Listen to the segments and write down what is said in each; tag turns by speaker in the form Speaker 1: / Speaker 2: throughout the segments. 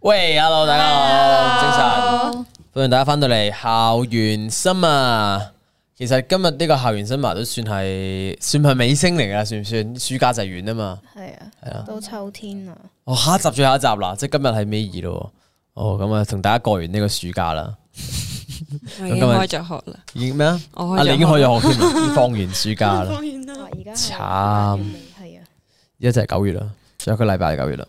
Speaker 1: 喂，hello，大家好，精神，歡迎大家翻到嚟校園 summer。其實今日呢個校園 summer 都算係算係尾聲嚟噶，算唔算？暑假就完啊嘛。
Speaker 2: 係啊，到秋天啦，
Speaker 1: 哦，下一集最後一集啦，即係今日係尾二咯。哦，咁啊，同大家過完呢個暑假啦，
Speaker 3: 我已經開咗學啦，
Speaker 1: 已經咩啊？
Speaker 3: 我
Speaker 1: 啊，
Speaker 3: 開
Speaker 1: 你
Speaker 3: 咗
Speaker 1: 已經開咗學添啦，已經放完暑假啦，
Speaker 2: 哇啊而家
Speaker 1: 慘
Speaker 2: 係啊，
Speaker 1: 而家就係九月啦，仲有一個禮拜就九月啦。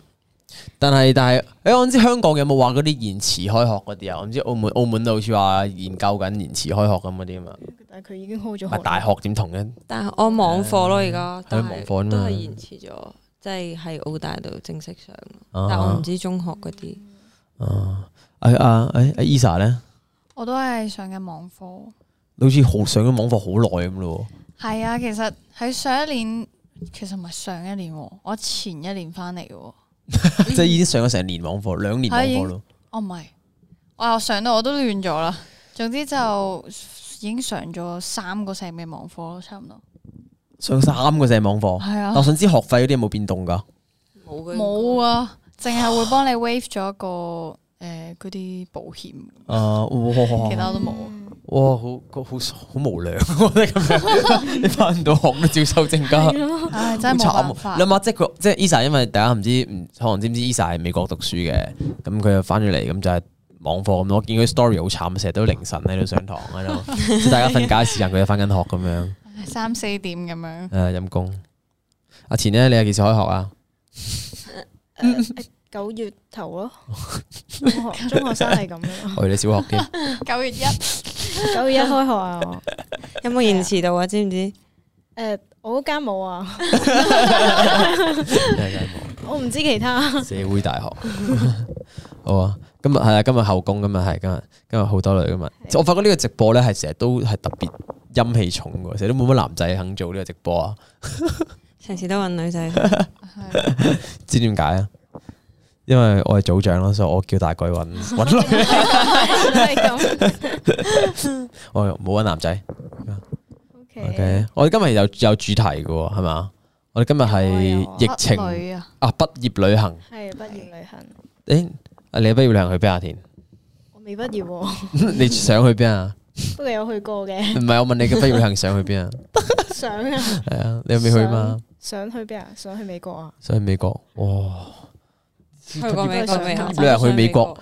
Speaker 1: 但係但係，誒、我唔知香港有冇話嗰啲延遲開學嗰啲啊？我唔知澳門澳門好似話研究緊延遲開學咁嗰啲啊嘛。
Speaker 2: 但係佢已經開咗
Speaker 1: 咪
Speaker 2: 學，
Speaker 1: 大學點同嘅？
Speaker 3: 但係我網課咯，而家但
Speaker 1: 網課啊嘛
Speaker 3: 係都係延遲咗，即係喺澳大度正式上，但我
Speaker 1: 啊
Speaker 3: 唔知中學嗰啲。
Speaker 1: 啊！啊啊誒 Esa 咧，
Speaker 4: 我都係上緊網課。
Speaker 1: 你好似好上咗網課好耐咁咯
Speaker 4: 係啊，其實喺上一年，其實唔係上一年喎，我前一年翻嚟嘅喎。
Speaker 1: 喎， 即係已經上咗成年網課，兩年網課咯。
Speaker 4: 哦，唔係，哇！我上到我都亂咗啦。總之就已經上咗三個成嘅網課咯，差唔多。
Speaker 1: 上三個成網課，
Speaker 4: 係
Speaker 1: 但
Speaker 4: 啊
Speaker 1: 我，想知學費嗰啲有冇變動㗎？
Speaker 3: 冇嘅
Speaker 4: 冇啊， 淨係會幫你 waive 咗一個誒嗰啲保險，
Speaker 1: 啊，哇
Speaker 4: 其他都冇。
Speaker 1: 哇，好好好好無良，我覺得咁 樣，你翻唔到學都照收正價。
Speaker 4: 唉，真係冇
Speaker 1: 好
Speaker 4: 辦
Speaker 1: 慘
Speaker 4: 法
Speaker 1: 啊。你諗下，即係佢，即係 Esa，因為大家唔知，唔可能知唔知 Esa 係美國讀書嘅，咁佢又翻咗嚟，咁就係網課咁。我見佢 story 好慘，成日都凌晨喺度上堂喺度，即係大家瞓覺時間，佢就翻緊學咁樣。
Speaker 4: 三四點咁
Speaker 1: 誒，
Speaker 4: 樣。
Speaker 1: 陰公。阿田咧，你係幾時開學啊？
Speaker 2: 誒九月頭咯，中學中學生係咁樣，
Speaker 1: 我哋哦小學添，
Speaker 4: 九月一，
Speaker 2: 九月一開學啊，我
Speaker 3: 有冇延遲到啊？知唔知？
Speaker 2: 誒我嗰間冇啊，
Speaker 1: 真係陰公
Speaker 2: 我唔知其他，
Speaker 1: 社會大學。 好啊，今日係啊，今日後宮，今日係今日，今日好多女今日。我發覺呢個直播咧係成日都係特別陰氣重嘅，成日都冇乜男仔肯做呢個直播啊。
Speaker 3: 成時都揾女 仔，
Speaker 4: 係
Speaker 1: 知點解啊？因為我係組長咯，所以我叫大鬼揾揾女，
Speaker 2: 都係咁。
Speaker 1: 我冇揾男仔。
Speaker 2: OK，
Speaker 1: OK，我哋今日有有主題嘅喎，係嘛？我哋今日係
Speaker 2: 有啊
Speaker 1: 疫情
Speaker 4: 北女啊，
Speaker 1: 啊，畢業旅行。
Speaker 2: 係畢業旅行，
Speaker 1: 誒，啊你畢業旅行去邊啊？田，
Speaker 2: 我未畢業喎，
Speaker 1: 你想去邊啊？
Speaker 2: 不過有去過嘅，
Speaker 1: 唔係我問你嘅畢業旅行想去邊啊？
Speaker 2: 想啊，
Speaker 1: 係啊，你有未去嘛？
Speaker 2: 想去邊啊？想去美國啊？
Speaker 1: 想去美國，哇！
Speaker 3: 去過美國未啊？
Speaker 1: 你係去美國？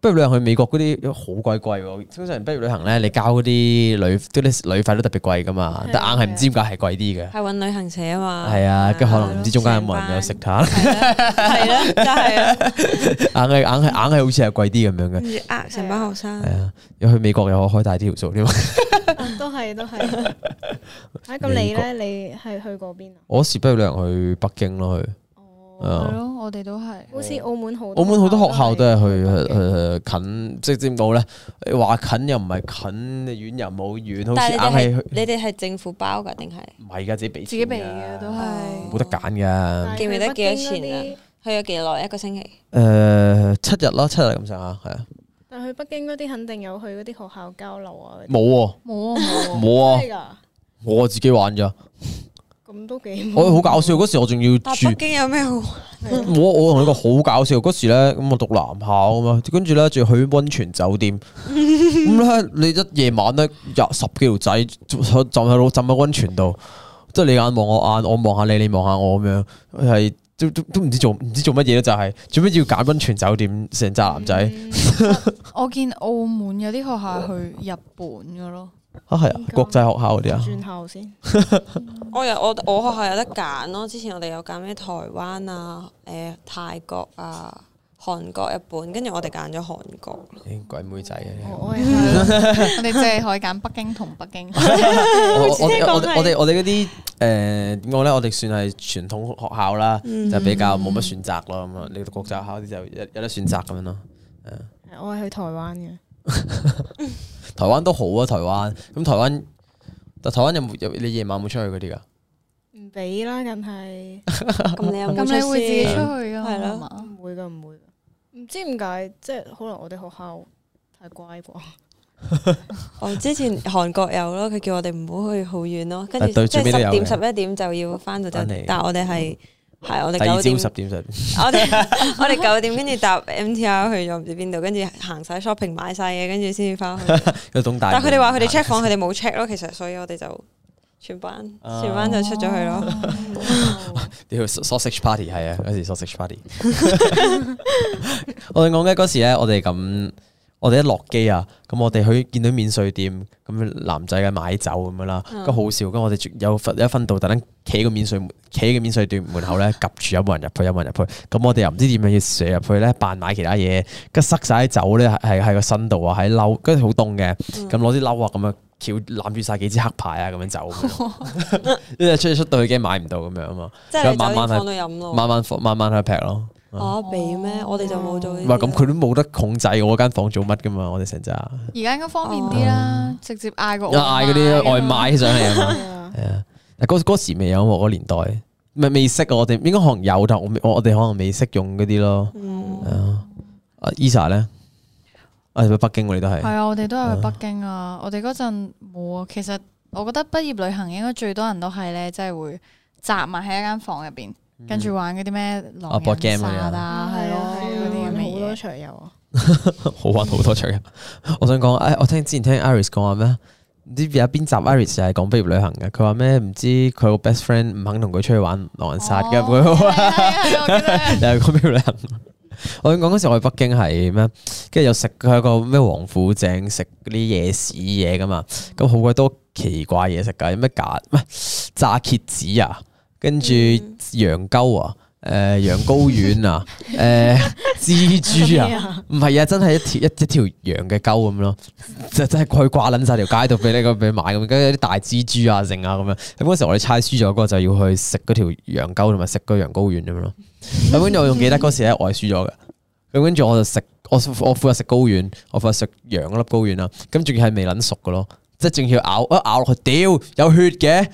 Speaker 1: 畢業旅行去美國嗰啲好鬼貴喎，通常畢業旅行咧，你交嗰啲旅嗰啲旅費都特別貴噶嘛，
Speaker 2: 係
Speaker 1: 但硬係唔知點解係貴啲嘅。
Speaker 3: 啊係揾旅行社啊嘛。
Speaker 1: 係啊，跟住可能唔知中間有冇人有食下，
Speaker 3: 係啦。係啦，就係啊，
Speaker 1: 硬係硬係硬係好似係貴啲咁樣嘅
Speaker 3: 跟。住呃成班學生
Speaker 1: 係。啊，又去美國又可以開大啲條數添。
Speaker 2: 啊都係都係。啊，咁你咧？你係去過邊啊？
Speaker 1: 我時不如旅行去北京咯，去
Speaker 2: 哦，
Speaker 4: 係
Speaker 1: 啊，
Speaker 4: 咯，我哋都係。
Speaker 2: 好似澳門好多
Speaker 1: 嗯澳門好多學校都係
Speaker 2: 係
Speaker 1: 去去去近，即係點講咧？話近又唔係近，遠又冇遠，好
Speaker 3: 但
Speaker 1: 似硬係
Speaker 3: 係
Speaker 1: 去
Speaker 3: 你哋係你哋係政府包㗎定係？
Speaker 1: 唔係㗎，自己俾
Speaker 4: 自己俾
Speaker 1: 錢
Speaker 4: 嘅
Speaker 1: 㗎
Speaker 4: 都係
Speaker 1: 冇得揀㗎。
Speaker 3: 記唔記得幾多錢啊？去咗幾耐？一個星期。
Speaker 1: 誒七日咯，七日咁上下，係啊，
Speaker 2: 但係去北京嗰啲肯定有去嗰啲學校交流啊，
Speaker 1: 冇喎，
Speaker 4: 冇啊冇啊。
Speaker 1: 冇啊
Speaker 2: 真，係㗎，
Speaker 1: 我自己玩咋。
Speaker 2: 咁都幾
Speaker 1: 我好搞笑嗰時，我仲要
Speaker 3: 但
Speaker 1: 住
Speaker 3: 北。京有咩好？
Speaker 1: 我我同你講好搞笑，嗰時咧咁我讀男校啊嘛，跟住咧仲要去温泉酒店，咁咧你一夜晚咧廿十幾條仔浸喺度浸喺温泉度，即係你眼望我眼，我望下你，你望下我咁樣，係都都都唔知做唔知做乜嘢咯，就係做咩要揀温泉酒店成扎男仔
Speaker 2: 嗯
Speaker 4: 我見澳門有啲學校係去日本嘅咯，
Speaker 1: 啊係啊國際學校嗰啲啊，
Speaker 2: 轉校先，
Speaker 3: 我有我我學校有得揀咯，之前我哋有揀咩台灣啊、誒、泰國啊、韓國、日本，跟住我哋揀咗韓國。
Speaker 1: 啲鬼妹仔啊嘅。
Speaker 2: 我我係 去
Speaker 4: 我哋淨係可以揀北京同北 京。
Speaker 1: 我我
Speaker 2: 好似聽
Speaker 1: 我
Speaker 2: 講
Speaker 1: 我哋我哋嗰啲誒點講咧？我哋算係傳統學校啦，
Speaker 3: 嗯
Speaker 1: 就比較冇乜選擇咯。咁啊，你讀國際學校啲就有有得選擇咁樣咯。
Speaker 2: 我係去台灣嘅，
Speaker 1: 台灣都好啊，台灣咁台灣，但台灣有冇有你夜晚有冇出去嗰啲噶？
Speaker 2: 唔俾啦，梗係
Speaker 3: 咁你有冇
Speaker 4: 咁你
Speaker 3: 出
Speaker 4: 會自己出
Speaker 3: 先？
Speaker 4: 去㗎
Speaker 3: 係咯
Speaker 4: 係嘛？
Speaker 2: 唔會㗎，唔會㗎，唔知點解，即係可能我哋學校太乖啩，
Speaker 3: 我之前韓國有咯，佢叫我哋唔好去好遠咯，跟
Speaker 1: 但到
Speaker 3: 住即
Speaker 1: 啊最
Speaker 3: 係
Speaker 1: 尾都有
Speaker 3: 十
Speaker 1: 嘅
Speaker 3: 點十一點就要翻到酒
Speaker 1: 返嚟
Speaker 3: 店，但係我哋係係我哋
Speaker 1: 第二朝
Speaker 3: 九點
Speaker 1: 十點就
Speaker 3: 我哋我哋九點跟住搭 MTR 去咗唔知邊度，跟住行晒 shopping 買晒嘢，跟住先至翻去。
Speaker 1: 有東大門。
Speaker 3: 但係佢哋話佢哋 check 房，佢哋冇 check 咯，其實所以我哋就全班
Speaker 1: 啊
Speaker 3: 全班就出咗去咯。
Speaker 1: 屌 sausage party 係啊，嗰時 sausage party。我哋講緊嗰時咧，我哋咁，我哋一落機啊，咁我哋去見到免税店，咁男仔嘅買酒咁樣啦，
Speaker 3: 嗯
Speaker 1: 咁好笑。咁我哋有分有一分度，特登企個免税門企嘅免税店門口咧，及住有冇人入去，有冇人入去。咁我哋又唔知點樣要射入去咧，扮買其他嘢，跟住塞晒啲酒咧，係喺個身度啊，喺褸，跟住好凍嘅，咁攞啲褸啊，咁樣翹攬住晒幾支黑牌啊，咁樣走咁樣， 因為出出到去驚買唔到咁樣啊嘛。
Speaker 3: 即係你酒
Speaker 1: 慢
Speaker 3: 店
Speaker 1: 慢
Speaker 3: 房
Speaker 1: 係
Speaker 3: 度飲
Speaker 4: 哦
Speaker 3: 咯。
Speaker 1: 慢慢放慢慢去劈咯。
Speaker 3: 哦，俾咩？我哋就冇做呢
Speaker 1: 唔
Speaker 4: 哎
Speaker 3: 啲。
Speaker 1: 係咁，佢都冇得控制我間房做乜噶嘛，我哋成扎
Speaker 4: 而家應該方便啲啦，直接嗌個
Speaker 1: 一嗌嗰啲外賣上嚟啊 嘛。
Speaker 2: 係啊，
Speaker 1: 係啊，但嗰嗰時未有喎，嗰年代咪未識啊。我哋應該可能有，但我未我我哋可能未識用嗰啲咯。
Speaker 3: 嗯，
Speaker 1: 係啊，啊 Esa 咧，啊去北京我哋都
Speaker 4: 係
Speaker 1: 係，
Speaker 4: 啊，我哋都係去北京啊！我哋嗰陣冇啊。其實我覺得畢業旅行應該最多人都係咧，即係會集埋喺一間房入邊，跟住玩嗰啲咩
Speaker 1: 嗯啊
Speaker 4: 狼
Speaker 1: ，board game
Speaker 4: 人殺
Speaker 1: 嗰啲
Speaker 4: 啊，係咯嗰啲咁
Speaker 2: 好多
Speaker 4: 嘅嘢。
Speaker 2: 場有啊，
Speaker 1: 好玩好多出嘅。 我想講，哎誒，我聽之前聽 Iris 講話咩？唔知有邊集 Iris 就係講畢業旅行嘅，佢話咩？唔知佢個 best friend 唔肯同佢出去玩狼人殺嘅，佢
Speaker 4: 哦係啊係啊我記 得
Speaker 1: 又係講咩旅行？啊我想講嗰時我去北京係咩？跟住又食佢有個咩王府井食嗰啲夜市嘢噶嘛，咁好鬼多奇怪嘢食㗎，有咩假咩炸蝎子啊，跟住
Speaker 3: 嗯
Speaker 1: 羊鳩啊。誒、羊羔丸啊，誒、蜘蛛啊，唔係啊，真係一條一一條羊嘅鳩咁咯， 就真係佢掛撚晒條街度俾你個俾你買咁，跟住有啲大蜘蛛啊剩啊咁樣。咁嗰時我哋猜輸咗嗰個就要去食嗰條羊鳩同埋食個羊羔丸咁樣咯。咁跟住我仲記得嗰時咧，我係輸咗嘅。咁跟住我就食，我我負責食高丸，我負責食羊嗰粒高丸啦。啊咁仲要係未撚熟嘅咯，即係仲要咬一咬落去，屌有血嘅，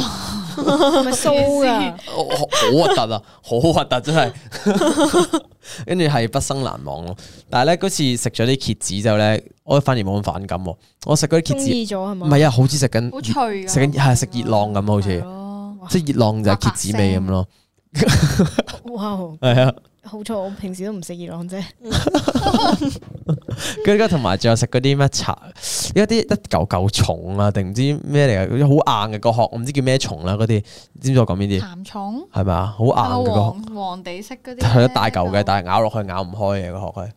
Speaker 2: 咪酥噶，
Speaker 1: 我我好核突啊，好核突真係。跟住係畢生難忘咯。但係咧嗰次食咗啲蝎子之後咧，我反而冇咁反感喎。我食嗰啲
Speaker 2: 中
Speaker 1: 蝎
Speaker 2: 意咗係
Speaker 1: 子，
Speaker 2: 嘛？
Speaker 1: 唔係啊，好似食緊
Speaker 4: 好啊脆㗎
Speaker 1: 食緊係食熱浪咁啊好
Speaker 4: 係
Speaker 1: 似，
Speaker 4: 咯
Speaker 1: 即係熱浪就係蝎子味咁咯。
Speaker 2: 哇，
Speaker 1: 係啊。
Speaker 2: 好彩我平時都唔食熱浪啫，
Speaker 1: 跟住同埋仲有食嗰啲咩茶，有一啲一嚿嚿蟲啊，定唔知咩嚟嘅，嗰啲好硬嘅個殼，我唔知叫咩蟲啦嗰啲，知唔知我講邊啲？
Speaker 4: 鹹蟲，
Speaker 1: 係咪啊？好硬
Speaker 4: 係
Speaker 1: 嘅
Speaker 4: 咪
Speaker 1: 個殼，
Speaker 4: 黃黃地色嗰啲咧，
Speaker 1: 係咯大嚿嘅，但係咬落去咬唔開嘅個殼係，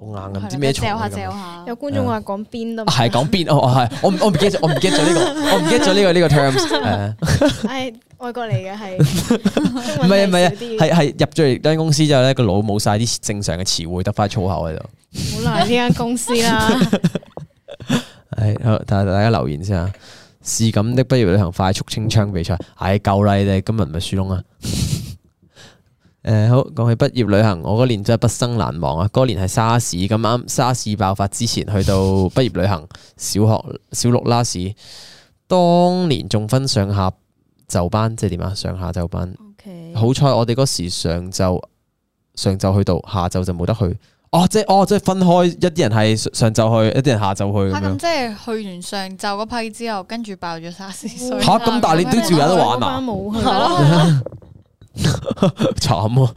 Speaker 1: 好硬啊嘅，唔知咩蟲啊
Speaker 4: 係啦
Speaker 1: 嚟㗎
Speaker 4: 嚼下嚼下。
Speaker 2: 有觀眾話講邊都唔
Speaker 1: 哦係講邊？哦，係我唔我唔記得咗，我唔記得咗呢個，我唔記得咗呢個呢個 terms。
Speaker 2: 唉，外國嚟嘅 係，唔
Speaker 1: 誒，唔係唔係啊，
Speaker 2: 係
Speaker 1: 係係入咗嚟間公司之後咧，個腦冇晒啲正常嘅詞彙，得翻粗口喺度。
Speaker 2: 好耐呢間公司 啦，
Speaker 1: 係，好大大家留言先啊！是咁的，不如旅行快速清槍比賽，唉，夠啦！你哋今日唔係輸窿啊！ 誒、好，講起畢業旅行，我嗰年真係畢生難忘啊！嗰年係沙士咁啱，沙士爆發之前去到畢業旅行，小學小六啦士，當年仲分上下晝班，即係點啊？上下晝班，
Speaker 2: 哦
Speaker 1: 好彩我哋嗰時上晝上晝去到，下晝就冇得去。哦，即係哦，即係分開，一啲人係上上晝去，一啲人下晝去咁
Speaker 4: 嚇
Speaker 1: 樣
Speaker 4: 啊咁。即係去完上晝嗰批之後，跟住爆咗沙士水。
Speaker 1: 嚇咁但係你都照有得玩啊
Speaker 2: 嗰班冇去
Speaker 4: 係
Speaker 2: 咯，
Speaker 4: 咯，
Speaker 1: 慘啊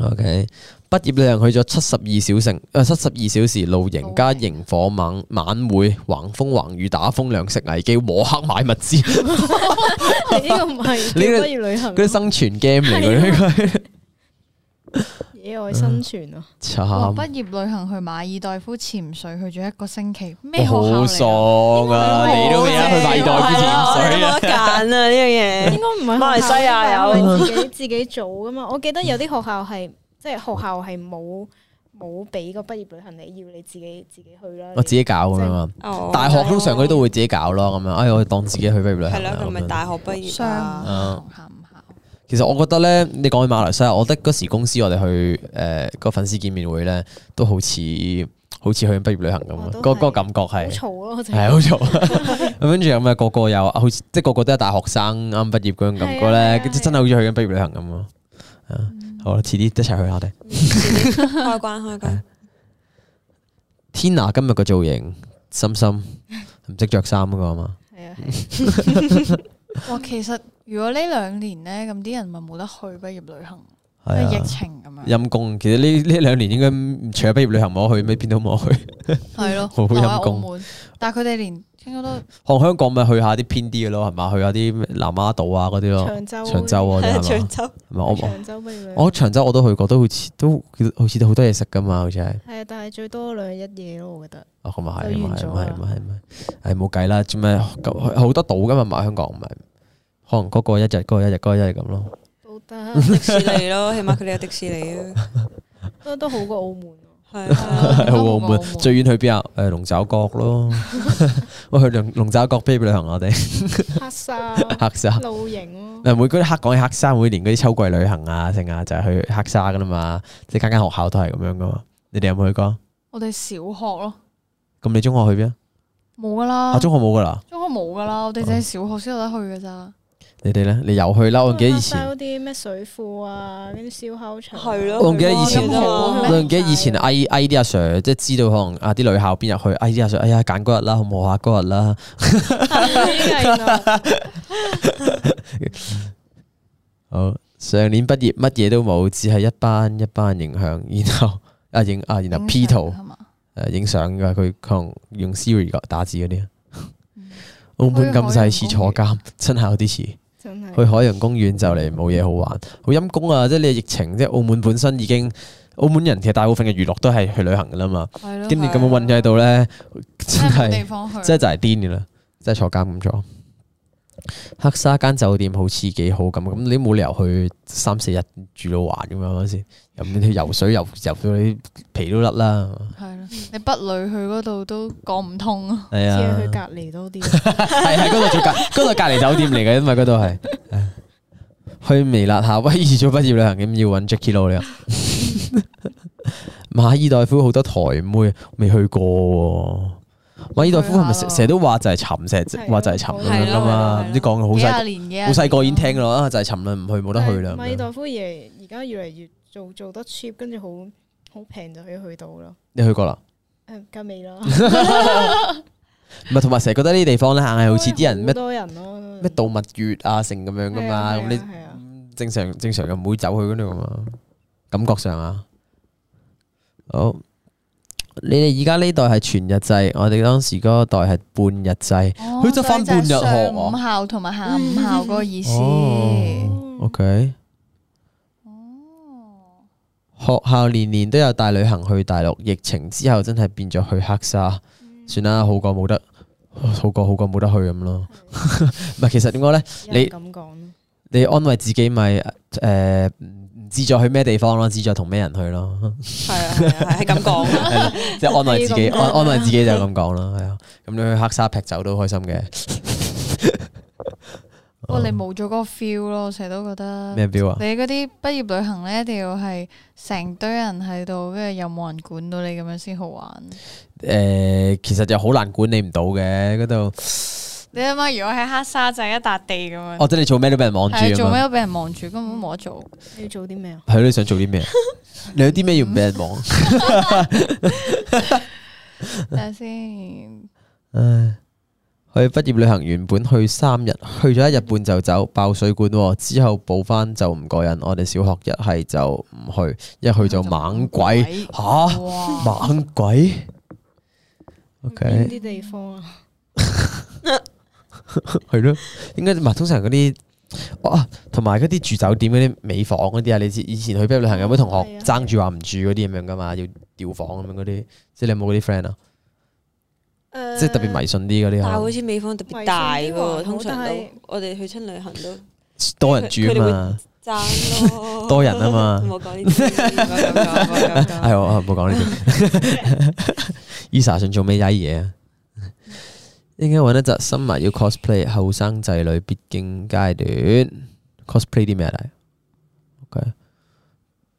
Speaker 1: ！OK，畢業旅行去咗七十二小城，誒七十二小時露營加
Speaker 4: 露
Speaker 1: 營火晚晚會，橫風橫雨打風糧食危機，摸黑買物資，嗰
Speaker 2: 你呢個唔係
Speaker 1: 你呢
Speaker 2: 叫不如旅行
Speaker 1: 啲生存 game 嚟嘅呢個係，
Speaker 2: 野外生存啊，
Speaker 4: 哇
Speaker 1: 慘，
Speaker 4: 畢業旅行去馬爾代夫潛水，去咗一個星期，咩學校
Speaker 1: 哦好
Speaker 4: 嚟㗎？
Speaker 1: 爽啊！你都未
Speaker 3: 어,
Speaker 1: 得去馬爾代夫潛水啊
Speaker 3: 係啊我哋都冇得揀啊！呢
Speaker 1: 嗯
Speaker 3: 樣 嘢
Speaker 2: 應該唔係
Speaker 3: 馬來西亞
Speaker 2: 有自己 自己做噶嘛，我記得有啲學校係即係學校係冇冇俾個畢業旅行你，要你自己自己去啦，
Speaker 1: 我自己搞咁樣啊！
Speaker 3: 哦
Speaker 1: 大學通常佢都會自己搞咯，咁樣，哎，我當自己去畢業旅
Speaker 3: 係
Speaker 1: 行
Speaker 3: 咯，
Speaker 1: 啦
Speaker 3: 佢咪
Speaker 1: 咁樣
Speaker 3: 大學畢業
Speaker 4: 商
Speaker 3: 啊？
Speaker 4: 校校唔校？
Speaker 1: 其實我覺得咧，你講起馬來西亞，我覺得嗰時公司我哋去誒個粉絲見面會咧，都好似好似去緊畢業旅行咁啊
Speaker 2: 哦，
Speaker 1: 嗰
Speaker 2: 都
Speaker 1: 嗰
Speaker 2: 係
Speaker 1: 個感覺
Speaker 2: 好
Speaker 1: 係
Speaker 2: 嘈咯，就
Speaker 1: 係好啊嘈。咁跟住咁啊，個個又好似即係個個都係大學生啱畢業嗰種感覺
Speaker 2: 係啊
Speaker 1: 咧
Speaker 2: 係啊，嗯
Speaker 1: 真係好似去緊畢業旅行咁咯。啊好啦，遲啲一齊去下哋。
Speaker 3: 開關開關，
Speaker 1: Tina 今日 個造型，心心唔識着衫嗰個啊嘛。
Speaker 2: 係啊係啊，
Speaker 4: 哇，其實如果呢兩年咧，咁啲人咪冇得去畢業旅行，因為
Speaker 1: 係
Speaker 4: 疫
Speaker 1: 啊。
Speaker 4: 情咁樣，
Speaker 1: 陰公，其實呢呢兩年應該唔除咗畢業旅行冇得去，咩邊都冇得去。
Speaker 4: 係咯，
Speaker 1: 好
Speaker 4: 台灣
Speaker 1: 陰
Speaker 4: 澳
Speaker 1: 公
Speaker 4: 門，但係佢哋連應該都
Speaker 1: 看香港咪去下啲偏啲嘅咯，係嘛？去下啲咩南丫島啊嗰啲咯，
Speaker 2: 長洲
Speaker 1: 長洲嗰
Speaker 3: 係啊，
Speaker 1: 啲係
Speaker 3: 長
Speaker 1: 嘛
Speaker 3: 洲
Speaker 1: 係嘛？我我
Speaker 2: 長洲不如
Speaker 1: 我長洲我都去過，都好似都好似都好多嘢食噶嘛，好似係。
Speaker 2: 係啊，但係最多兩日一夜咯，我覺得。
Speaker 1: 哦，咁啊係，
Speaker 2: 就
Speaker 1: 咁啊
Speaker 2: 完
Speaker 1: 係，
Speaker 2: 咗
Speaker 1: 咁啊係，
Speaker 2: 啦
Speaker 1: 咁啊係，咁啊係，係冇計啦。做咩咁好多島噶嘛？唔係香港唔係，可能嗰個一日，嗰個一日，嗰個一日咁咯。
Speaker 2: 都 得，
Speaker 3: 迪士尼咯，起碼佢哋有迪士尼啊，
Speaker 2: 都都好過澳門喎。
Speaker 3: 係啊。
Speaker 4: 係
Speaker 1: 好澳門最遠去邊啊？誒龍爪角咯， 喂去龍龍爪角飛旅行啊我哋
Speaker 2: 黑沙
Speaker 1: 黑沙。
Speaker 2: 露營咯，
Speaker 1: 嗱，每嗰啲黑講起黑沙，每年嗰啲秋季旅行啊，成啊就係去黑沙噶啦嘛，即係間間學校都係咁樣噶嘛。你哋有冇去過？
Speaker 4: 我哋小學咯，
Speaker 1: 咁你中學去邊啊？
Speaker 4: 冇噶啦
Speaker 1: 啊，，中學哦冇噶啦。
Speaker 4: 中學冇噶啦，我哋淨係小學先有得去噶咋。
Speaker 1: 你哋咧？你有去啦？我唔記得以前
Speaker 2: 黑，沙嗰啲咩水庫啊，跟住燒烤場啊，
Speaker 3: 係咯，
Speaker 1: 我唔記得以前
Speaker 3: 去咯
Speaker 1: 我唔記得以前嗌嗌啲阿 Sir，即係知道可能啊啲女校邊日去，嗌啲阿 Sir，哎呀揀嗰日啦，好唔好啊？嗰日啦，好上年畢業乜嘢都冇，只係一班一班影響，然後啊影啊然後 P 圖
Speaker 4: 係嘛？
Speaker 1: 誒影相㗎，佢可能用 Siri 個打字嗰啲啊。
Speaker 4: 嗯
Speaker 1: 澳門咁細似坐監，真係有啲似。
Speaker 2: 真
Speaker 1: 去
Speaker 2: 係。
Speaker 1: 海洋公園就嚟冇嘢好玩，好陰公啊！即係你疫情，即係澳門本身已經，澳門人其實大部分嘅娛樂都係去旅行㗎啦嘛。
Speaker 4: 係咯，
Speaker 1: 跟住咁樣
Speaker 3: 係啊
Speaker 1: 韞咗喺度 咧，真
Speaker 4: 真係冇地
Speaker 1: 係
Speaker 4: 方去，
Speaker 1: 真係就係癲嘅啦，真係坐監咁坐。黑沙間酒店好似幾好咁，咁你冇理由去三四日住到玩咁樣係咪先？咁你去游水游游到你皮都甩啦，
Speaker 4: 係咯。你北女去嗰度都講唔通啊！
Speaker 1: 係
Speaker 2: 只
Speaker 1: 啊
Speaker 2: 係去，隔離 多啲，啊
Speaker 1: 係係嗰度最隔嗰度隔離酒店嚟嘅，因為嗰度係係去微辣夏威夷做畢業旅行，咁要揾 Jackie Lou 啦。馬爾代夫好多台妹未去過喎。馬爾代夫係咪成
Speaker 4: 去下咯
Speaker 1: 成日都話就係沉，成日
Speaker 2: 係啊
Speaker 1: 話就係沉咁樣噶嘛？
Speaker 3: 係咯係咯
Speaker 1: 唔知講到好
Speaker 4: 幾
Speaker 1: 細
Speaker 4: 廿年嘅，
Speaker 1: 好細個已經聽噶啦，啊就係沉啦，唔去冇得去啦。
Speaker 2: 馬爾代夫嘢而家越嚟越做做得 cheap，跟住好好平就可以去到咯。
Speaker 1: 你去過啦？
Speaker 2: 誒，梗 未啦，
Speaker 1: 唔係，同埋成日覺得呢啲地方咧，硬係好似啲人
Speaker 2: 好
Speaker 1: 咩
Speaker 2: 多人咯，
Speaker 1: 咩度蜜月啊，成咁樣噶
Speaker 2: 係
Speaker 1: 嘛？
Speaker 2: 啊
Speaker 1: 咁
Speaker 2: 係
Speaker 1: 你
Speaker 2: 啊係啊
Speaker 1: 正常正常又唔會走去嗰度噶嘛，感覺上啊。好，你哋而家呢代係全日制，我哋當時嗰代係半日制。
Speaker 4: 哦
Speaker 1: 佢執返半日學啊
Speaker 4: 所以就係上
Speaker 1: 喎
Speaker 4: 午校同埋下午校嗰個意思。
Speaker 1: 哦，OK。學
Speaker 4: 哦
Speaker 1: 校年年都有帶旅行去大陸，疫情之後真係變咗去黑沙，算啦，好過冇得，好過好過冇得去咁咯。 唔係，其實點講呢？
Speaker 2: 有人
Speaker 1: 你
Speaker 2: 咁講，
Speaker 1: 你安慰自己咪誒唔知再去咩地方咯，知再同咩人去咯，
Speaker 3: 係啊，係啊係咁講啊。
Speaker 1: 即係安慰自己，
Speaker 2: 你咁
Speaker 1: 安安慰自己就咁講啦，係啊。咁你去黑沙劈酒都開心嘅，哦
Speaker 4: 不哦過你冇咗嗰個 feel 咯，成日都覺得。
Speaker 1: 咩表啊？
Speaker 4: 你嗰啲畢業旅行咧，一定要係成堆人喺度，跟住又冇人管到你咁樣先好玩。
Speaker 1: 誒、其實就好難管理唔到嘅嗰度，
Speaker 4: 你諗下，如果喺黑沙就係一笪地咁樣，
Speaker 1: 哦，即係你做咩都俾人望住
Speaker 4: 係啊
Speaker 1: 咁啊
Speaker 4: 做咩
Speaker 1: 樣。
Speaker 4: 都俾人望住，根本冇得做。
Speaker 2: 你要做啲咩啊？
Speaker 1: 係咯，你想做啲咩？你有啲咩要唔俾人望？
Speaker 4: 睇下先，
Speaker 1: 唉，去畢業旅行原本去三日，去咗一日半就走，爆水管喎。之後補翻就唔過癮。我哋小學一係就唔去，一去就猛鬼吓、
Speaker 4: 哇！
Speaker 1: 猛鬼。
Speaker 2: 邊
Speaker 1: OK，
Speaker 2: 啲地方啊？
Speaker 1: 係咯，應該唔係通常嗰啲。啊，同埋嗰啲住酒店嗰啲美房嗰啲啊，你知以前去畢業旅行有冇同學
Speaker 2: 係啊
Speaker 1: 爭住話唔住嗰啲咁樣噶嘛，要調房咁樣嗰啲，即係你有冇嗰啲 friend 啊？即係特
Speaker 3: 어.
Speaker 1: 別迷信啲嗰啲
Speaker 3: 但係
Speaker 1: 可
Speaker 3: 好
Speaker 1: 能，
Speaker 3: 似美方特別大
Speaker 2: 迷信啲
Speaker 3: 喎，
Speaker 2: 環
Speaker 3: 通常
Speaker 2: 但
Speaker 3: 都
Speaker 2: 係
Speaker 3: 我哋去親旅行都
Speaker 1: 多人住啊嘛，
Speaker 3: 爭咯，
Speaker 1: 多人啊嘛
Speaker 3: 唔好講呢啲，唔好講唔好講唔好講
Speaker 1: 係我唔好講呢啲。Elsa 想做咩曳嘢啊？應該揾一集新埋要 cosplay 後生仔女必經階段，cosplay 啲咩嚟？OK，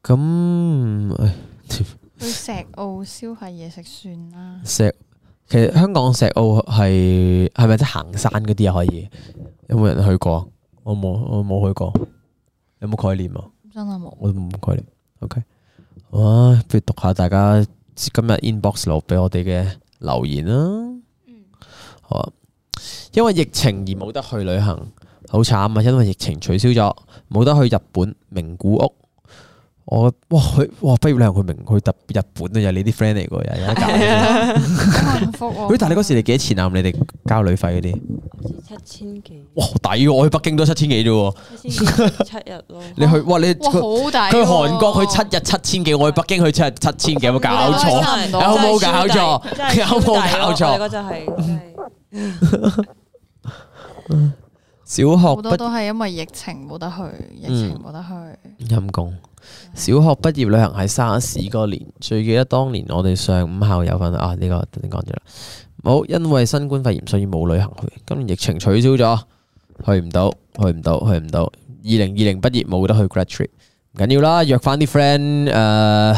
Speaker 1: 咁唉
Speaker 4: 去石澳燒下嘢食啊算 啦。
Speaker 1: 石其實香港石澳係係咪即係行山嗰啲啊？可以有冇人去過？我冇，我冇去過，有冇概念啊？
Speaker 4: 真係冇。
Speaker 1: 我都冇概念。OK，好啊，不如讀下大家今日 inbox 留俾我哋嘅
Speaker 2: 嗯
Speaker 1: 留言啦。好啊，因為疫情而冇得去旅行，好慘啊！因為疫情取消咗，冇得去日本名古屋。我哇去哇畢業旅行去名去特日本啊！又係你啲 friend 嚟㗎，又係有得搞。
Speaker 4: 好幸福喎。
Speaker 1: 喂，但係你嗰時你幾多錢啊？你哋交旅費嗰啲？
Speaker 3: 好似七千幾，
Speaker 1: 哇，抵喎！我去北京都七千幾啫喎。
Speaker 3: 七千幾七日咯。
Speaker 1: 你去哇你
Speaker 4: 哇
Speaker 1: 佢
Speaker 4: 好大喎，
Speaker 1: 去韓國去七日七千幾，我去北京去七日七千幾，有冇搞
Speaker 4: 我哋
Speaker 1: 錯
Speaker 4: 真係？
Speaker 3: 真係
Speaker 1: 有冇搞錯
Speaker 3: 真係
Speaker 1: 有冇
Speaker 3: 超抵咯
Speaker 1: 搞錯
Speaker 3: 我哋嗰陣係真係
Speaker 1: 小學
Speaker 4: 好多
Speaker 1: 畢
Speaker 4: 都係因為疫情冇得
Speaker 1: 嗯
Speaker 4: 去，疫情冇得去。
Speaker 1: 陰公，小學畢業旅行喺沙士嗰年，最記得當年我哋上午校有份啊，呢、個頭先講咗啦。冇，因為新冠肺炎，所以冇旅行去。今年疫情取消咗，去唔到，去唔到，去唔到。二零二零畢業冇得去 grad trip，唔緊要啦，約翻啲 friend 誒、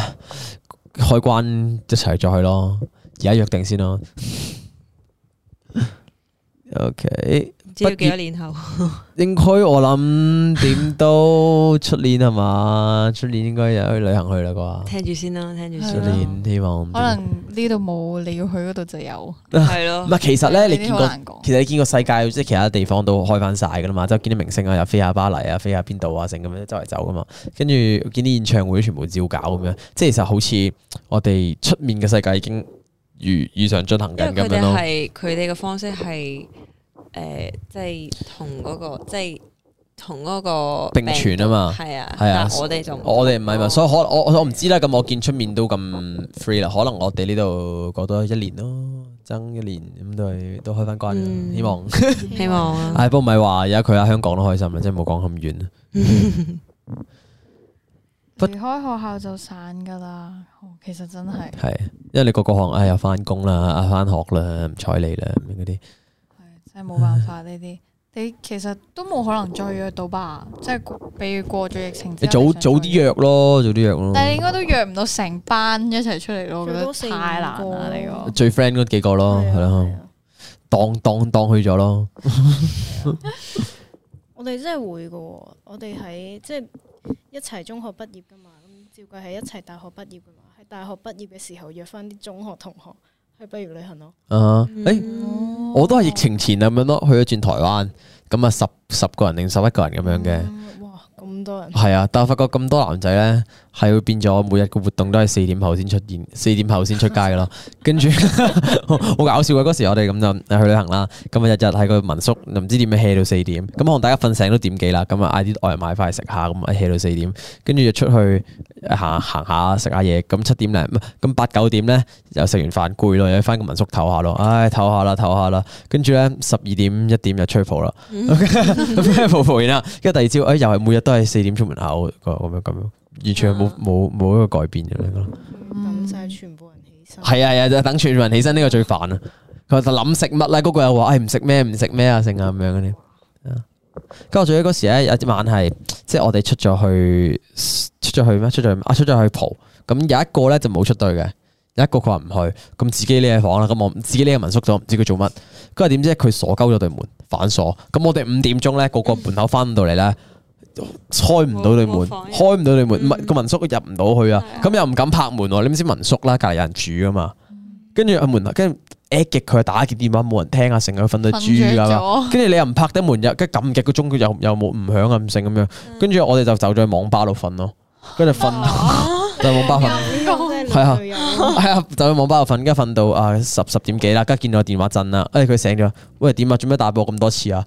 Speaker 1: 開關一齊再去咯。而家約定先咯。OK。
Speaker 3: 唔知要幾多年後。
Speaker 1: 應該我諗點都出年係嘛？ 出年應該有去旅行去啦啩？
Speaker 3: 聽住先啦，聽住
Speaker 1: 出
Speaker 4: 係
Speaker 3: 先
Speaker 4: 咯
Speaker 3: 啦。
Speaker 1: 年希望
Speaker 4: 可能呢度冇，你要去嗰度就有。
Speaker 3: 係
Speaker 1: 唔係，
Speaker 3: 咯，
Speaker 1: 其實咧你
Speaker 4: 呢啲
Speaker 1: 見
Speaker 4: 好
Speaker 1: 過，
Speaker 4: 難講
Speaker 1: 其實你見過世界即係其他地方都開翻晒噶啦嘛，即係見啲明星啊，又飛下巴黎啊，飛下邊度啊，成咁樣周圍走噶嘛，跟住見啲演唱會全部照搞咁樣，即係其實好似我哋出面嘅世界已經如如常進行
Speaker 3: 因為
Speaker 1: 緊咁
Speaker 3: 佢哋
Speaker 1: 樣咯。
Speaker 3: 係佢哋嘅方式係誒，即係同嗰個即係同嗰個
Speaker 1: 並存啊嘛
Speaker 3: 係啊，
Speaker 1: 係啊
Speaker 3: 但我哋就唔
Speaker 1: 我哋唔係
Speaker 4: 哦
Speaker 1: 嘛，所
Speaker 3: 以
Speaker 1: 以可我我我唔知啦。咁我見出面都咁 free 啦，可能我哋呢度過多一年咯，爭一年咁都係都開翻關㗎，
Speaker 3: 嗯
Speaker 1: 希 望。
Speaker 3: 希望啊，
Speaker 1: 唉，不過咪話而家佢喺香港都開心啦，即係冇講咁遠啦。不
Speaker 4: 離開學校就散噶啦，哦其實真係
Speaker 1: 係，因為你個個行，唉又翻工啦，啊翻學啦，唔睬你啦咁樣嗰啲。
Speaker 4: 真係冇辦法呢啲。你其實都冇可能再約到吧？即係俾過咗疫情之
Speaker 1: 你
Speaker 4: 後
Speaker 1: 早
Speaker 4: 想
Speaker 1: 早啲
Speaker 4: 約，
Speaker 1: 約咯，早啲約咯。
Speaker 4: 但係你應該都約唔到成班一齊出嚟咯。我覺
Speaker 2: 最多四
Speaker 4: 得
Speaker 2: 五
Speaker 4: 太難啦，
Speaker 2: 個
Speaker 4: 你個
Speaker 1: 最 friend 嗰幾個咯，哦
Speaker 4: 啊
Speaker 2: 啊
Speaker 1: 係咯，當當當去咗咯。
Speaker 2: 我哋真係會噶，我哋喺即係一齊中學畢業噶嘛，咁照計係一齊大學畢業噶嘛，喺大學畢業嘅時候約翻啲中學同學去畢業旅行咯。
Speaker 1: 啊，誒，
Speaker 4: 哦
Speaker 1: 我都係疫情前咁樣咯，去咗轉台灣，咁啊十十個人定十一個人咁樣嘅。
Speaker 2: 嗯哇，咁多人，
Speaker 1: 係啊，但係發覺咁多男仔咧，係會變咗每日個活動都係四點後先出現，四點後先出街噶咯。跟住 好搞笑嘅嗰時，我哋咁就去旅行啦。咁啊，日日喺個民宿，唔知點樣 hea 到四點。咁可能大家瞓醒都點幾啦。咁啊，嗌啲外賣翻嚟食下，咁啊 hea 到四點。跟住就出去行行下，食下嘢。咁七點零，咁八九點咧又食完飯攰咯，又翻個民宿唞下咯。唉，唞下啦，唞下啦。跟住咧十二點一點就吹蒲啦。 咁咩蒲蒲完啦，跟住第二朝，哎又係每日都係四點出門口個咁樣咁樣，完全係冇冇冇一個改變咁樣咯。
Speaker 3: 嗯
Speaker 2: 等晒全部人起身。
Speaker 1: 係啊係啊，就等全部人起身呢個最煩啊！佢就諗食乜啦，嗰個又話唉唔食咩唔食咩啊，剩啊咁樣嗰啲。啊跟住我最記得嗰時咧，有一晚係即係我哋出咗去出咗去咩？出咗去啊出咗去蒲，咁有一個咧就冇出隊嘅。有一個佢話唔去，咁自己匿喺房啦，咁我自己匿喺民宿度，唔知佢做乜。跟住點知佢鎖鳩咗對門，反鎖。咁我哋五點鐘咧，個個門口翻到嚟咧，開唔到對門，
Speaker 3: 哦冇房
Speaker 1: 開唔到對
Speaker 4: 嗯
Speaker 1: 門，唔係個民宿入唔到去啊。咁又唔敢拍門喎，你唔知民宿啦，隔離有人住噶嘛。跟住啊門口，跟住 at 極佢打極電話冇人聽啊，成日瞓到豬
Speaker 4: 瞓着
Speaker 1: 咁啊。
Speaker 4: 咗。
Speaker 1: 跟住你又唔拍得門，又跟住撳極個鐘，佢又又冇唔響啊，唔成咁樣。
Speaker 4: 嗯
Speaker 1: 跟住我哋就走咗去網吧度瞓咯，跟住瞓
Speaker 4: 啊
Speaker 1: 就喺網
Speaker 4: 哎
Speaker 1: 吧瞓。
Speaker 2: 呢個
Speaker 1: 係啊
Speaker 2: 真係女友
Speaker 1: 係啊，就去網吧度瞓，跟住瞓到啊十十點幾啦，跟住見到個電話震啦，誒哎佢醒咗，喂點啊？做咩打俾我咁多次啊？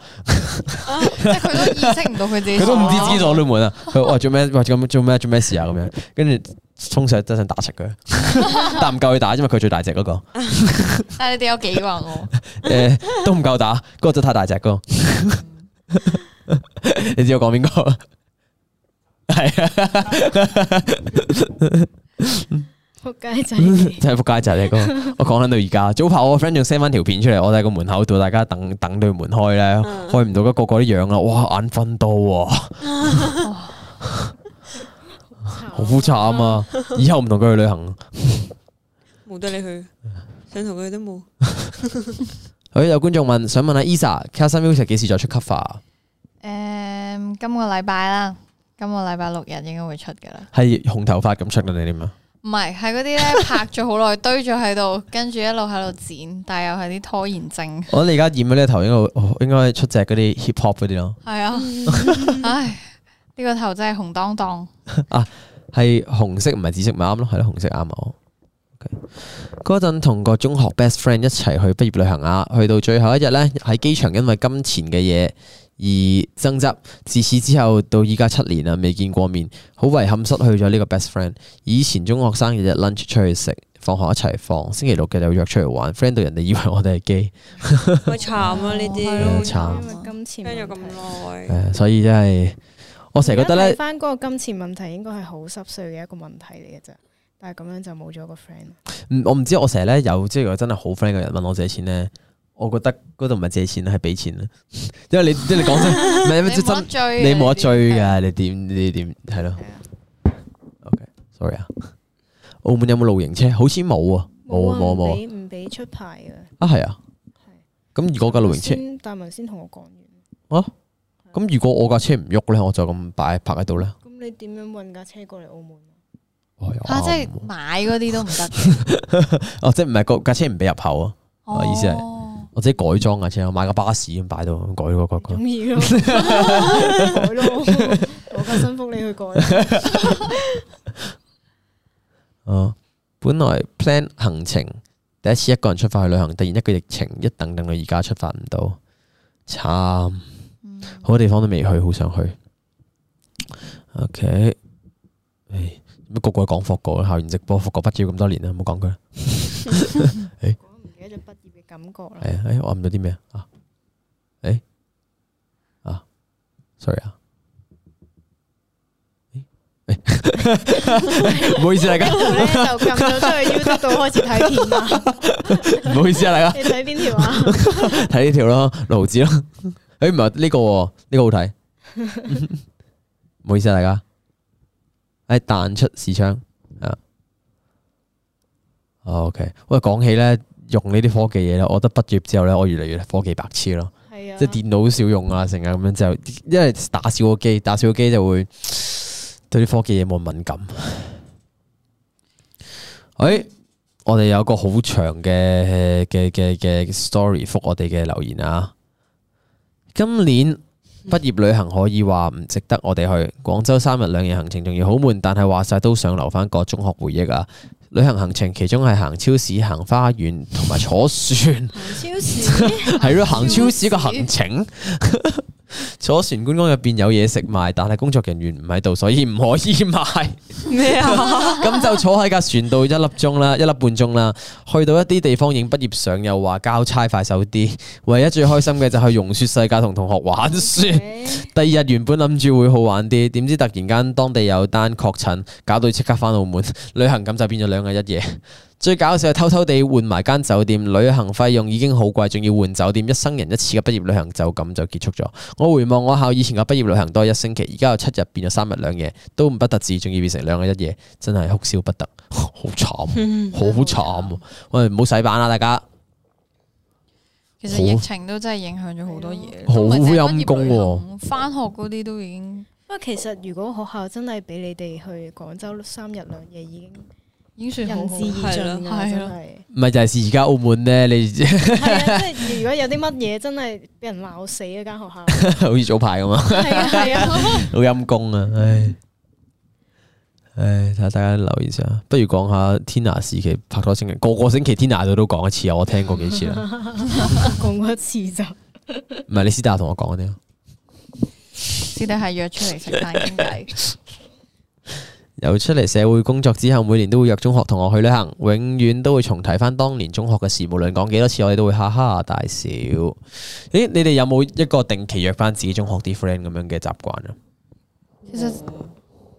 Speaker 4: 即係佢都意識唔到佢自己，
Speaker 1: 佢都唔知自己鎖咗門啊！佢話做咩？喂做咩做咩做咩事啊？咁樣，跟住衝上真想打柒佢，但唔夠佢打，因為佢最大隻嗰個，
Speaker 4: 但係你哋有幾個人喎？
Speaker 1: 誒 都唔夠打，嗰個真係太大隻嗰個。 你知我講邊個？係啊，
Speaker 2: 仆街仔嚟。
Speaker 1: 真係仆街仔嚟個。我講緊到而家，早排我個 friend 仲 send 翻條片出嚟，我哋喺個門口度，大家等等對門開咧，開唔到，個個都樣啦，哇眼瞓到喎。好慘啊！以後唔同佢去旅行。
Speaker 3: 冇得你去，想同佢都 冇。
Speaker 1: 誒，有觀眾問，想問下 Esa Casa Music 幾時再出 cover？啊
Speaker 4: 誒，今個禮拜啦，今個禮拜六日應該會出㗎啦。
Speaker 1: 係紅頭髮咁出嘅你點啊？
Speaker 4: 唔係，係嗰啲咧 拍咗好耐，堆咗喺度，跟住一路喺度剪，但係又係啲拖延症。
Speaker 1: 我覺得你而家染咗呢個頭應該好應該出隻嗰啲 hip hop 嗰啲咯，
Speaker 4: 係啊，唉，呢個頭真係紅當當。
Speaker 1: 係紅色唔係紫色咪啱咯，係咯紅色啱啊我。OK 嗰陣同個中學 best friend 一齊去畢業旅行啊，去到最後一日呢，喺機場因為金錢嘅嘢而爭執，自此之後到依家七年啦，未見過面，好遺憾失去咗呢個 best friend。以前中學生日日 lunch 出去食，放學一齊放，星期六嘅就約出去玩，friend 到人哋以為我哋係基。
Speaker 3: 好慘啊！呢
Speaker 1: 係啊
Speaker 3: 啲
Speaker 1: 慘
Speaker 2: 因為金錢
Speaker 3: 跟咗咁
Speaker 2: 問題。
Speaker 3: 耐，
Speaker 1: 誒，所以真係，我成日覺得
Speaker 2: 而家睇
Speaker 1: 咧，
Speaker 2: 翻嗰個金錢問題應該係好濕碎嘅一個問題嚟嘅咋，但係咁樣就冇咗個 friend 啦。
Speaker 1: 嗯我唔知我成日咧有，即係如果真係好 friend 嘅人問我借錢咧，我覺得嗰度唔係借錢係俾錢啦，啊 因為你即係你 講真，唔係
Speaker 4: 你
Speaker 1: 咩
Speaker 4: 冇得
Speaker 1: 真，
Speaker 4: 追嘅，
Speaker 1: 你冇得追
Speaker 4: 係。
Speaker 1: 㗎，你點你點係咯
Speaker 2: 係啊，
Speaker 1: ？Sorry 啊，澳門有冇露營車？好似冇啊，冇啊冇啊
Speaker 2: 啊，唔
Speaker 1: 冇啊，
Speaker 2: 俾唔俾出牌嘅。
Speaker 1: 啊係啊，
Speaker 2: 係
Speaker 1: 咁如果架露營車，
Speaker 2: 先大文先同我講完，
Speaker 1: 咁如果我架車唔喐咧，我就咁擺泊喺度咧，
Speaker 2: 咁你點樣運架車過嚟澳門啊？
Speaker 1: 哦又
Speaker 4: 嚇，即
Speaker 1: 啱
Speaker 4: 係
Speaker 1: 喎
Speaker 4: 買嗰啲都唔得嘅。
Speaker 1: 哦，即係唔係個架車唔俾入口啊？ 我意思係
Speaker 4: 哦
Speaker 1: 我自己改裝架車，我買架巴士咁擺到，咁改嗰個個
Speaker 2: 中意咯，改咯，我架新福你去改啦。
Speaker 1: 啊，本來 plan 行程第一次一個人出發去旅行，突然一個疫情一等等到而家出發唔到，慘！
Speaker 4: 嗯
Speaker 1: 好多地方都未去，好想去。OK，唉，乜個個講霍哥啦，校園直播霍哥畢業咁多年啦，唔好講佢啦。
Speaker 2: 我唔記得咗畢業嘅感覺啦。
Speaker 1: 係啊，誒，我按咗啲咩啊？啊，誒，啊，sorry 啊，誒，誒 唔好意思大
Speaker 2: 一
Speaker 1: 家，
Speaker 2: 路咧就撳咗出去 YouTube 度開始睇片啦。
Speaker 1: 唔好意思啊大家。
Speaker 2: 你睇邊條啊？
Speaker 1: 睇呢條咯，六毫子咯。诶、唔係呢個喎，呢、個好睇。 唔好意思啊，大家。诶、彈出視窗啊。哦 OK，喂，講起咧，用呢啲科技嘢咧，我覺得畢業之後咧，我越嚟越科技白痴咯，
Speaker 2: 係啊，
Speaker 1: 即係電腦少用啊，成日咁樣就，因為打少個機，打少個機就會對啲科技嘢冇咁敏感。诶、我哋有個好長嘅嘅嘅嘅 story 覆我哋嘅留言啊。今年畢業旅行可以話唔值得我哋去，廣州三日兩夜行程仲要好悶，但係話晒都想留翻個中學回憶啊！旅行行程其中係行超市、行花園同埋坐船，
Speaker 2: 超市
Speaker 1: 係咯，行超市個行程。 坐船觀光入邊有嘢食賣，但係工作人員唔喺度，所以唔可以賣。
Speaker 3: 咩啊？
Speaker 1: 咁就坐喺架船度一粒鐘啦，一粒半鐘啦，去到一啲地方影畢業相，又話交差快手啲。唯一最開心嘅就係融雪世界同同學玩雪。第二日原本諗住會好玩啲，點知突然間當地有單確診，搞到即刻翻澳門 旅行，咁就變咗兩日一夜。最搞笑係偷偷地換埋間酒店，旅行費用已經好貴，仲要換酒店，一生人一次嘅畢業旅行就咁就結束咗。我回望我校以前嘅畢業旅行都係一星期，而家有七日變咗三日兩夜，都唔不特止，仲要變成兩日一夜，真係哭笑不得，好慘，好慘啊！喂，唔好洗版啦，啊大家。
Speaker 4: 其實疫情都真係影響咗好多嘢，
Speaker 1: 好
Speaker 4: 都唔係淨係畢業
Speaker 1: 陰功
Speaker 4: 旅
Speaker 1: 喎
Speaker 4: 行翻學嗰啲都已經
Speaker 2: 不過其實如果學校真係俾你哋去廣州三日兩夜，已經
Speaker 4: 已經算好
Speaker 2: 仁至
Speaker 4: 好。
Speaker 2: 義盡啦，
Speaker 4: 係
Speaker 2: 真
Speaker 4: 咯
Speaker 2: 係。
Speaker 1: 咪就係而家澳門咧，你
Speaker 2: 係啊，即係如果有啲乜嘢真係俾人鬧死嗰間學校，
Speaker 1: 好似早排咁啊，
Speaker 2: 係啊係啊，
Speaker 1: 好陰功啊，唉唉，睇下大家留意先啊。不如講下 Tina 時期拍拖星期，個個星期 Tina 度都講一次啊，我聽過幾次啦。
Speaker 2: 講過一次就
Speaker 1: 唔係你私底下同我講嗰啲啊。
Speaker 4: 師弟係約出嚟食飯傾偈，
Speaker 1: 由出嚟社會工作之後，每年都會約中學同學去旅行，永遠都會重提翻當年中學嘅事，無論講幾多次，我哋都會哈哈大笑。咦，你哋有冇一個定期約翻自己中學啲 friend 咁樣嘅習慣啊？
Speaker 4: 其實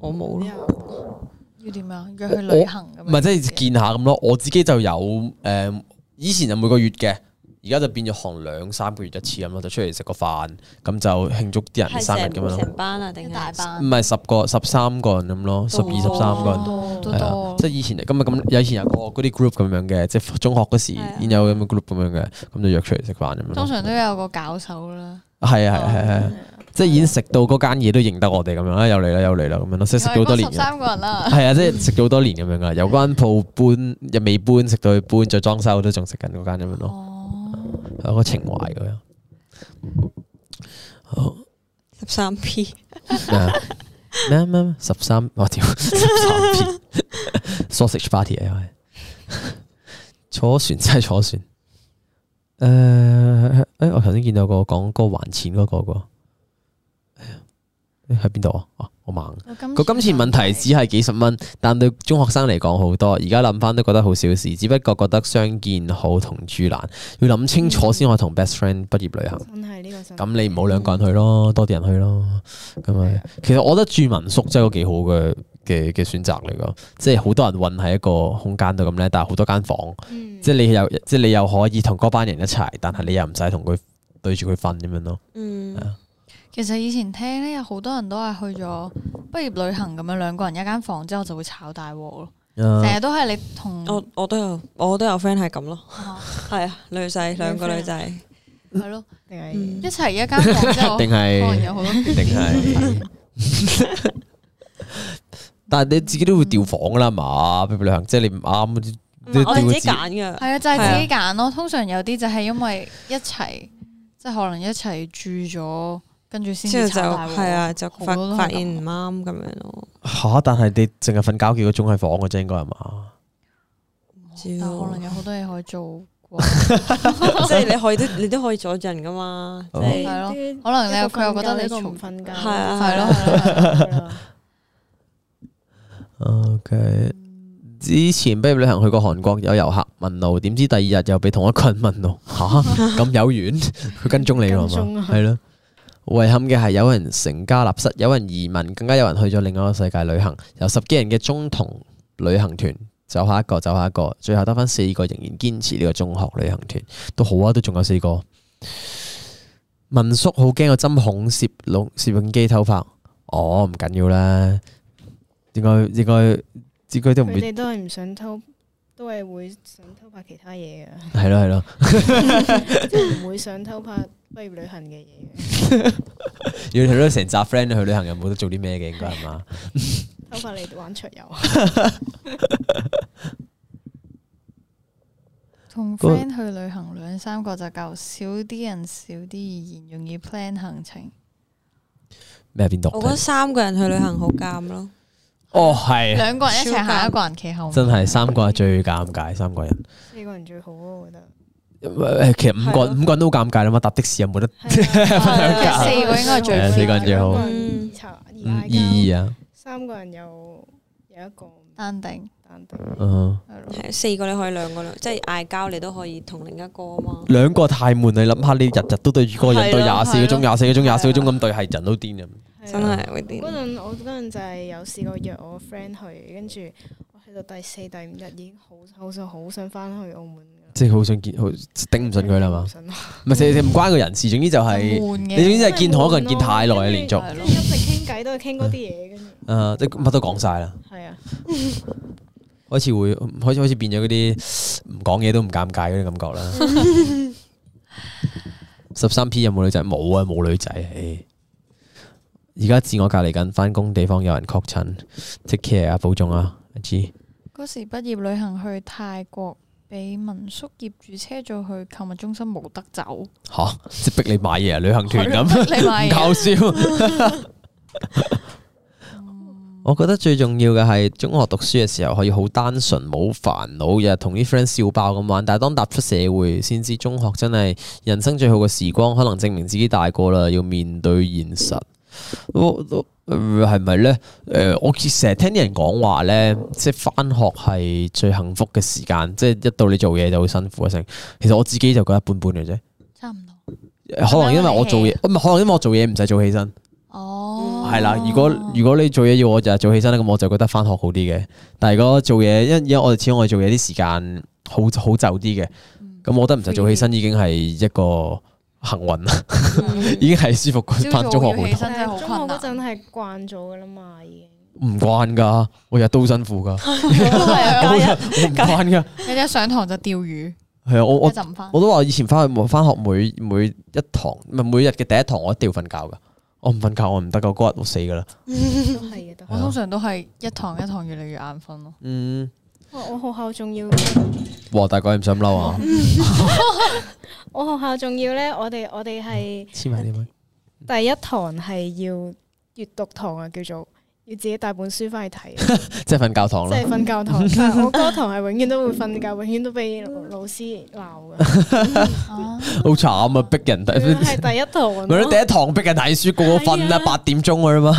Speaker 3: 我冇咯，
Speaker 4: 要點啊？約去旅行咁樣。
Speaker 1: 唔係即係見下咁咯。我自己就有誒、嗯以前就每個月嘅，而家就變咗行兩三個月一次咁咯，就出嚟食個飯，咁就慶祝啲人
Speaker 3: 係
Speaker 1: 生日咁樣
Speaker 3: 成
Speaker 1: 咯。
Speaker 3: 成班啊，定
Speaker 4: 一大
Speaker 3: 係
Speaker 1: 唔
Speaker 4: 班
Speaker 1: 係十個十三個人咁咯，十二十三個人。
Speaker 4: 都哦都
Speaker 1: 係啊
Speaker 4: 多，
Speaker 1: 即係以前咁啊咁，有以前有個嗰啲 group 咁樣嘅，即係中學嗰時
Speaker 3: 係啊
Speaker 1: 已經有咁嘅 group 咁樣嘅，咁就約出嚟食飯咁樣咯。
Speaker 4: 通常都有個教授啦，
Speaker 1: 係啊係啊係啊係啊，即係已經食到嗰間嘢都認得我哋咁樣啊啦，又嚟啦又嚟啦咁樣咯，即係食咗好多年
Speaker 4: 十
Speaker 1: 嘅。
Speaker 4: 三個人啦，
Speaker 1: 係啊，即係食咗好多年咁樣啊噶，有間鋪搬又未搬，食到去搬再裝修都仲食緊嗰間咁樣咯，
Speaker 4: 哦，
Speaker 1: 有個情懷咁樣。好
Speaker 3: 十三 P
Speaker 1: 咩啊咩咩咩十三，我屌十三 P sausage party 啊，係坐船真係坐船。誒、誒、我頭先見到個講嗰個還錢嗰個個，誒喺邊度啊？哦，我盲。
Speaker 4: 嗯
Speaker 1: 個金錢問題只係幾十蚊，但對中學生嚟講好多。而家諗翻都覺得好小事，只不過覺得相見好同住難，要諗清楚先可以同 best friend 畢業旅行。
Speaker 2: 真係呢個
Speaker 4: 嗯
Speaker 2: 真係。
Speaker 1: 咁你唔好兩個人去咯，多啲人去咯。咁
Speaker 4: 係
Speaker 1: 啊
Speaker 4: 啊，
Speaker 1: 其實我覺得住民宿真係個幾好嘅嘅
Speaker 4: 嗯
Speaker 1: 嘅選擇嚟噶，即係好多人混喺一個空間度咁咧，但係好多間房，
Speaker 2: 嗯
Speaker 1: 即係你又即係你又可以同嗰班人一齊，但係你又唔使同佢對住佢瞓咁樣咯。
Speaker 3: 嗯
Speaker 1: 係啊
Speaker 4: 其實以前聽咧，有好多人都係去咗畢業旅行咁樣，兩個人一間房之後就會炒大鑊
Speaker 1: 啊
Speaker 4: 咯。嗯成日都係你同
Speaker 3: 我我都有我都有 friend 係咁咯，
Speaker 4: 啊
Speaker 3: 係啊，女仔兩個女仔，
Speaker 4: 係咯
Speaker 2: 定
Speaker 3: 嗯
Speaker 2: 係
Speaker 4: 一齊一間房之 後，可
Speaker 1: 定
Speaker 4: 能
Speaker 1: 係
Speaker 4: 有好多哦
Speaker 1: 定係。 但係你自己都會調房㗎啦嘛，譬如旅行即係你唔啱嗰啲，
Speaker 3: 唔係嗯我哋自己
Speaker 1: 自己
Speaker 3: 揀嘅，
Speaker 4: 係啊，就係自己揀咯。通常有啲就係因為一齊，即係可能一齊住咗，跟住先
Speaker 3: 之後
Speaker 4: 至
Speaker 3: 就
Speaker 4: 炒大鑊。
Speaker 3: 係啊，就
Speaker 4: 好
Speaker 3: 發
Speaker 4: 多都係咁
Speaker 3: 發現唔啱咁樣咯。
Speaker 1: 嚇，但係你淨係瞓覺幾個鐘喺房嘅啫，應該係嘛？
Speaker 3: 知
Speaker 4: 哦但可
Speaker 3: 喎
Speaker 4: 能有好多嘢可以做啩。
Speaker 3: 即係你可以都你都可以阻陣噶嘛，即
Speaker 1: 哦
Speaker 3: 係
Speaker 4: 係咯
Speaker 2: 啲
Speaker 4: 可能你
Speaker 2: 一
Speaker 4: 又
Speaker 2: 個
Speaker 4: 佢又覺得
Speaker 2: 瞓
Speaker 4: 你
Speaker 2: 覺一個
Speaker 4: 嘈
Speaker 2: 唔，瞓覺，
Speaker 3: 係啊
Speaker 4: 係咯係咯，
Speaker 2: 係咯
Speaker 1: OK，之前畢業旅行去過韓國，有遊客問路，點知第二日又俾同一個人 問 路，吓咁有緣，佢跟蹤你喎係
Speaker 2: 跟蹤
Speaker 1: 嘛
Speaker 2: 啊，
Speaker 1: 係咯。遺憾嘅係有人成家立室，有人移民，更加有人去咗另外一個世界旅行。由十幾人嘅中同旅行團，走下一個，走下一個，最後得翻四個仍然堅持呢個中學旅行團，都好啊，都仲有四個。民宿好驚個針孔攝錄攝影機偷拍，哦唔緊要啦，應該應該應該都唔
Speaker 2: 佢
Speaker 1: 會
Speaker 2: 哋都係唔想偷，都係會想偷拍其他嘢 嘅，
Speaker 1: 係咯係咯，
Speaker 2: 即係唔會想偷拍畢業旅行嘅嘢嘅，
Speaker 1: 要去到成扎 friend 去旅行又冇得做啲咩嘅應該係嘛？
Speaker 2: 偷拍你玩桌遊。啊
Speaker 4: 同
Speaker 1: 嗰
Speaker 4: friend 去旅行兩三個就夠，少啲人少啲意見，容易 plan 行程。
Speaker 1: 咩邊度？
Speaker 3: 我覺得三個人去旅行好尷咯，
Speaker 1: 哦係，
Speaker 4: 兩個人一齊行，一個人企後面。
Speaker 1: 真係三個係最尷尬，三個人。
Speaker 2: 四個人最好啊咯，我覺得。
Speaker 1: 誒其實五個
Speaker 3: 係咯
Speaker 1: 五個人都好尷尬啦嘛，搭的士又冇得
Speaker 2: 係啊
Speaker 3: 四個應該係最
Speaker 1: 係啊四個人最好
Speaker 2: 嗯二茶
Speaker 1: 五
Speaker 2: 二
Speaker 1: 二
Speaker 2: 嗌交，
Speaker 1: 二啊，
Speaker 2: 三個人有有一個唔
Speaker 4: 單定
Speaker 2: 單獨，
Speaker 1: 嗯。
Speaker 4: 係咯，
Speaker 3: 係啊四個你可以兩個，即係嗌交你都可以同另一個啊嘛。
Speaker 1: 兩個太悶，你諗下，你日日都對住嗰個人
Speaker 3: 係咯
Speaker 1: 對廿四個鐘、
Speaker 3: 係咯啊
Speaker 1: 廿四個鐘、廿四個鐘咁對，係人都癲咁。
Speaker 2: 係啊
Speaker 3: 真係會啲
Speaker 2: 嗰陣我嗰陣就係有試過約我 friend 去，跟住我去到第四、第五日已經好好想好想翻去澳門㗎啦。
Speaker 1: 即係好想見，好頂唔順佢啦嘛
Speaker 2: 唔。信咯
Speaker 1: 唔係，其實唔關個人事，總之就係
Speaker 4: 悶
Speaker 1: 你總之
Speaker 4: 嘅。
Speaker 1: 係見同一個人見太耐啊，連續，
Speaker 4: 係
Speaker 2: 即
Speaker 4: 咯
Speaker 2: 係一直傾偈都係傾嗰啲嘢，跟住
Speaker 1: 誒，啊即係乜都講晒啦，
Speaker 2: 係啊，
Speaker 1: 開始會開始開始變咗嗰啲唔講嘢都唔尷尬嗰啲感覺啦。十三 P 有冇女仔？冇啊，冇女仔。唉而家自我隔離緊，翻工地方有人確診，take care 啊，保重啊，阿 G。
Speaker 4: 嗰時畢業旅行去泰國，俾民宿業主車咗去購物中心，冇得走。
Speaker 1: 吓，即係逼你買嘢啊，旅行團 咁。
Speaker 4: 你 咪
Speaker 1: 唔搞笑。我覺得最重要嘅係中學讀書嘅時候可以好單純冇煩惱，日日同啲 friend 笑爆咁玩。但係當踏出社會，先知中學真係人生最好嘅時光。可能證明自己大個啦，要面對現實。我我誒係咪呢？誒、我成日聽啲人講話呢，即係翻學係最幸福嘅時間，即係一到你做嘢就好辛苦啊成。其實我自己就覺得一般般嘅啫。
Speaker 4: 差唔多。
Speaker 1: 可能因為我做嘢，唔係可能因為我做嘢唔使早起身。
Speaker 4: 哦，
Speaker 1: 係啦，如果如果你做嘢要我日日早起身咧，咁我就覺得翻學好啲嘅。但係如果做嘢，因因為我哋始終我哋做嘢啲時間好好就啲嘅，
Speaker 4: 嗯
Speaker 1: 咁我覺得唔使早起身已經係一個幸運啦， 已經係舒服過翻中學好
Speaker 4: 嗯朝早要起
Speaker 1: 多。
Speaker 4: 身真係好
Speaker 2: 中
Speaker 4: 困
Speaker 2: 學
Speaker 4: 難
Speaker 2: 嗰陣係慣咗噶啦嘛，已經。
Speaker 1: 唔慣㗎，我日日都好辛苦㗎，
Speaker 4: 都係啊
Speaker 1: 我唔慣㗎。
Speaker 4: 你一上堂就釣魚，
Speaker 1: 系啊，我
Speaker 4: 一
Speaker 1: 我
Speaker 4: 陣唔翻。
Speaker 1: 我都話以前翻去翻學每每一堂唔係每日嘅第一堂，我一定要瞓覺噶。我唔瞓覺我唔得噶，我嗰日我死噶啦。
Speaker 2: 都係嘅都係。
Speaker 4: 我通常都係一堂一堂越嚟越眼瞓咯。
Speaker 1: 嗯，
Speaker 2: 哇我學校仲要，
Speaker 1: 哇！大哥你唔使咁嬲啊，
Speaker 2: 我學校仲要咧，我哋我哋係
Speaker 1: 黐埋啲咪。
Speaker 2: 第一堂係要閱讀堂啊，叫做要自己帶本書翻 去睇，即
Speaker 1: 即係瞓教堂啦
Speaker 2: 係。瞓教堂。但係我嗰堂係永遠都會瞓覺，永遠都俾老老師 鬧嘅。
Speaker 4: 啊
Speaker 1: 好慘啊！逼人睇，
Speaker 2: 佢係第一堂
Speaker 1: 咪
Speaker 2: 咯
Speaker 1: 你第一堂逼人睇書，個個瞓啦，
Speaker 2: 係啊
Speaker 1: 八點鐘噶啦嘛，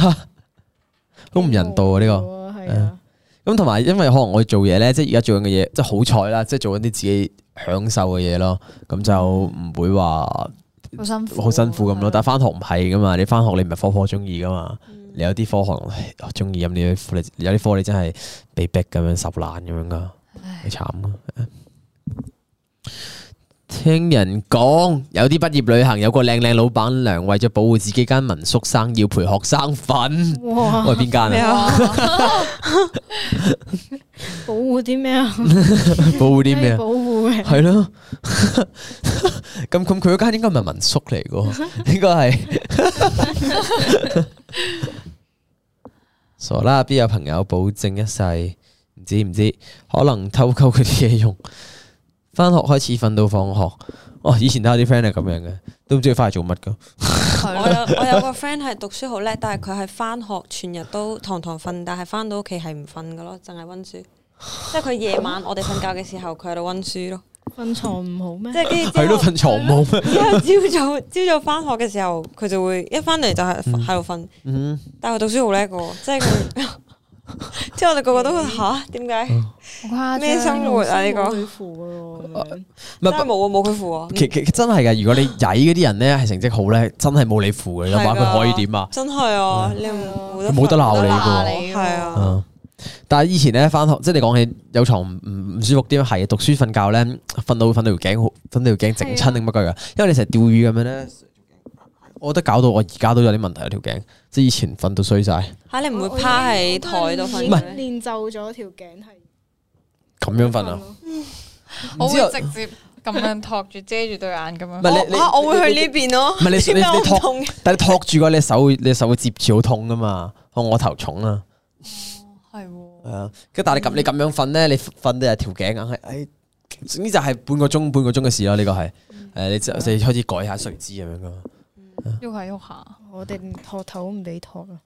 Speaker 1: 好唔人道啊呢個。
Speaker 2: 個係啊，
Speaker 1: 咁同埋，因為可能我哋做嘢咧，即係而家做緊嘅嘢，即係好彩啦，即係做緊啲自己享受嘅嘢咯。咁就唔會話
Speaker 4: 好辛苦，
Speaker 1: 好辛苦
Speaker 2: 嗯
Speaker 1: 咁咯。但係翻學唔係噶嘛，你翻學你唔係科科中意噶嘛，
Speaker 3: 嗯
Speaker 1: 你有啲科可能唉我中意咁，你有啲科你有啲科你真係被逼咁樣十爛咁樣噶，
Speaker 4: 唉
Speaker 1: 你慘啊！聽人講，有啲畢業旅行有個靚靚老闆娘為咗保護自己間民宿生，要陪學生瞓。
Speaker 2: 哇！
Speaker 1: 喂，邊間啊？
Speaker 2: 保護啲咩啊？
Speaker 1: 保護啲咩啊
Speaker 2: 保？護嘅。
Speaker 1: 系咯， 咁咁佢嗰間應該唔係民宿嚟噶， 應該係 傻啦，邊有朋友保證一世？唔知唔知，可能偷溝佢啲嘢用。翻學開始瞓到放學，哦，以前都有啲 friend 係咁樣嘅，都唔知佢翻去做乜噶。
Speaker 4: 係
Speaker 3: 我
Speaker 4: 咯
Speaker 3: 有我有個 friend 係讀書好叻，但係佢係翻學全日都堂堂瞓，但係翻到屋企係唔瞓噶咯，淨係温書。即係佢夜晚我哋瞓覺嘅時候，佢喺度温書咯。
Speaker 2: 瞓床唔好咩
Speaker 3: 即？係跟住
Speaker 1: 係
Speaker 3: 之
Speaker 1: 咯，
Speaker 3: 後，
Speaker 1: 瞓床冇咩？
Speaker 3: 之後 朝早朝早翻學嘅時候，佢就會一翻嚟就係瞓喺度瞓。
Speaker 1: 嗯，
Speaker 3: 但係佢讀書好叻噶，即係佢。 之後我哋個個
Speaker 1: 嗯
Speaker 3: 都會吓，點解？
Speaker 4: 好誇張
Speaker 3: 咩生活啊呢個
Speaker 2: 辛苦喎咁樣
Speaker 1: 唔
Speaker 3: 真係
Speaker 1: 係
Speaker 3: 冇啊，冇佢扶啊，
Speaker 1: 其其真係嘅。如果你曳嗰啲人咧，係成績好咧，真係冇你符嘅。你話佢可以點啊？
Speaker 3: 真係啊，你冇得
Speaker 1: 冇得鬧你
Speaker 4: 鬧
Speaker 1: 㗎
Speaker 4: 你㗎
Speaker 3: 係啊
Speaker 1: 嗯但係以前咧翻學，即係你講起有床唔唔唔舒服啲，係讀書瞓覺咧，瞓到瞓到條頸好，瞓到條頸整
Speaker 2: 啊
Speaker 1: 親定乜鬼㗎？因為你成日釣魚咁樣咧，我覺得搞到我而家都有啲問題啊條頸，即係以前瞓到衰晒，
Speaker 3: 吓你唔會趴喺台度瞓
Speaker 2: 唔係
Speaker 3: 嘅咩？
Speaker 2: 練就咗條頸係
Speaker 1: 咁樣瞓啊！
Speaker 2: 咯，
Speaker 4: 我
Speaker 1: 唔知
Speaker 4: 會
Speaker 1: 啊
Speaker 4: 直接咁樣托住遮住對眼咁
Speaker 1: 唔係你
Speaker 4: 樣。
Speaker 3: 我
Speaker 1: 你
Speaker 3: 啊我會去呢邊咯。
Speaker 1: 唔 係你你
Speaker 3: 點
Speaker 1: 你
Speaker 3: 解我唔
Speaker 1: 托
Speaker 3: 痛嘅？
Speaker 1: 但係你托住個你手，你手會接住好痛噶嘛，我我頭重啊，
Speaker 4: 哦係喎
Speaker 1: 係啊，跟住但係你
Speaker 2: 嗯
Speaker 1: 咁你咁樣瞓咧，你瞓到有條頸硬係，唉，總之就係半個鐘半個鐘嘅事咯，呢個係
Speaker 2: 嗯
Speaker 1: 誒你就你開始改下睡姿咁樣噶嘛。
Speaker 4: 喐下喐下，
Speaker 2: 我哋唔
Speaker 1: 啊
Speaker 2: 托頭唔俾托啊啦。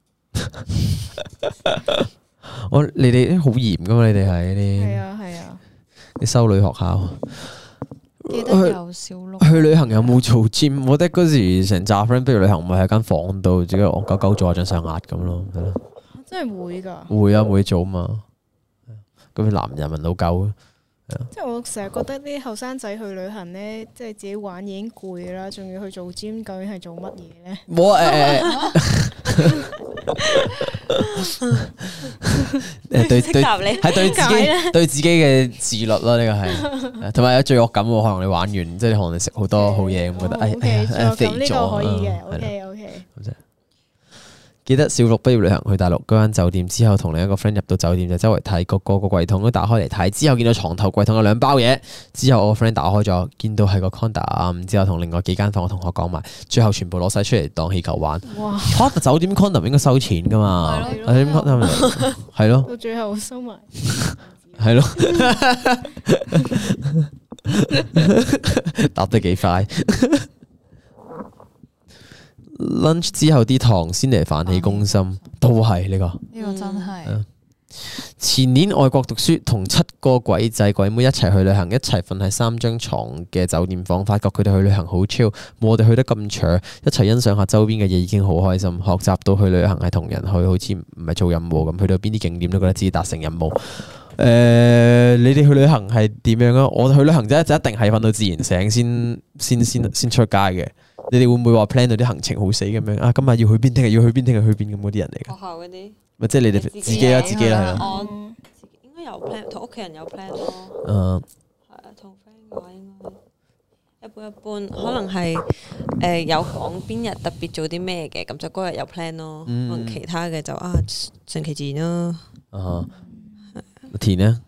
Speaker 1: 我你哋好嚴噶嘛？你哋係
Speaker 2: 係
Speaker 1: 啲
Speaker 2: 啊係啊，
Speaker 1: 啲修女學校。
Speaker 4: 記得有小鹿。
Speaker 1: 去旅行有冇做 gym？我覺得嗰時成扎 friend 不如旅行，咪喺間房度自己戇鳩鳩做下掌上壓咁咯，係咯
Speaker 2: 真係會㗎。
Speaker 1: 會啊會做嘛。咁男人民老狗，啊
Speaker 2: 即係我成日覺得啲後生仔去旅行咧，即係自己玩已經攰啦，仲要去做 gym，究竟係做乜嘢咧？
Speaker 1: 我 誒 誒對
Speaker 3: 識
Speaker 1: 對
Speaker 3: 答你
Speaker 1: 係對自
Speaker 2: 點解
Speaker 1: 己對自己嘅自律咯，呢個 係，同埋有罪惡感喎。可能你玩完即係可能你食好多好嘢咁覺得，哎
Speaker 2: 哦
Speaker 1: 哎呀
Speaker 2: OK，
Speaker 1: 哎呀肥
Speaker 2: 咁呢
Speaker 1: 咗
Speaker 2: 個可以嘅
Speaker 1: 啊係啦
Speaker 2: ，OK OK。
Speaker 1: 記得小六畢業旅行去大陸嗰間酒店之後，同另一個 friend 入到酒店就周圍睇，個個個櫃桶都打開嚟睇。之後見到床頭櫃桶有兩包嘢，之後我個 friend 打開咗，見到係個 condom，之後同另外幾間房嘅同學講埋，最後全部攞晒出嚟當氣球玩。
Speaker 2: 哇！
Speaker 1: 嚇酒店 condom 應該收錢噶嘛？
Speaker 4: 係咯
Speaker 1: 酒店 condom 係咯
Speaker 2: 到最後收埋，
Speaker 1: 係咯，答得幾快。lunch 之後啲堂先嚟飯氣攻啊心，都係呢個。
Speaker 4: 嗯呢個真係
Speaker 1: 嗯前年外國讀書，同七個鬼仔鬼妹一齊去旅行，一齊瞓喺三張床嘅酒店房，發覺佢哋去旅行好 chill，冇我哋去得咁扯，一齊欣賞下周邊嘅嘢已經好開心，學習到去旅行係同人去，好似唔係做任務咁，去到邊啲景點都覺得自己達成任務。誒、你哋去旅行係點樣啊？我哋去旅行就一就一定係瞓到自然醒先先先先出街嘅。你哋會唔會話 plan 到啲行程好死咁樣啊？今日要去邊，聽日要去邊，聽日去邊咁嗰啲人嚟㗎？
Speaker 3: 學校嗰啲
Speaker 1: 咪哦即係你哋
Speaker 3: 自
Speaker 1: 自己啦，自己啦，係咯。
Speaker 3: 我
Speaker 2: 嗯
Speaker 3: 自己應該有 plan，同屋企人有 plan 咯，
Speaker 1: 嗯
Speaker 3: 係啊，同 friend 嘅話應該一般一般，可能係誒、呃有講邊日特別做啲咩嘅，咁就嗰日有 plan 咯。可
Speaker 1: 嗯
Speaker 3: 能其他嘅就啊順其自然咯。
Speaker 1: 啊，田呢？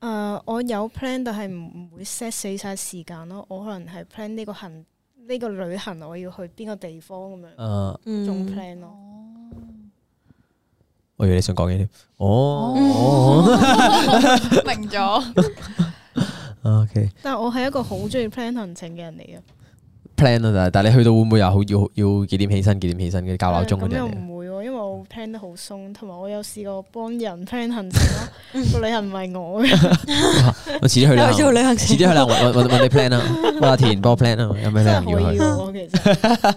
Speaker 2: 誒，我有呃 plan，但係唔唔會會 set 死晒時間咯。我可能係 plan 呢個行呢、個旅行，我要去邊個地方咁樣，
Speaker 1: 啊，
Speaker 2: 仲
Speaker 3: 嗯
Speaker 2: plan 咯。
Speaker 4: 哦
Speaker 1: 我以為你想講嘢添。哦
Speaker 4: 明咗，
Speaker 1: ，OK，plan
Speaker 2: 但係我係一個好中意 plan 行程嘅人嚟嘅，
Speaker 1: 啊，但係但係你去到會唔會又好要要幾點起身？幾點起身？跟住校鬧鐘嗰
Speaker 2: 咁
Speaker 1: 啲人
Speaker 2: 又
Speaker 1: 嚟嘅？
Speaker 2: 唔會喎，因為我 plan 得好鬆，同埋我有試過幫人 plan 行程 咯，個旅行唔係我嘅，
Speaker 1: 我遲啲 去啦
Speaker 3: 去。做旅行
Speaker 1: 遲啲
Speaker 3: 社
Speaker 1: 去 啦，揾揾揾你 plan 啦，揾阿田幫我 plan 啊啦，有咩
Speaker 2: 真
Speaker 1: 旅
Speaker 2: 係
Speaker 1: 行要
Speaker 2: 可以
Speaker 1: 去？
Speaker 2: 喎其實。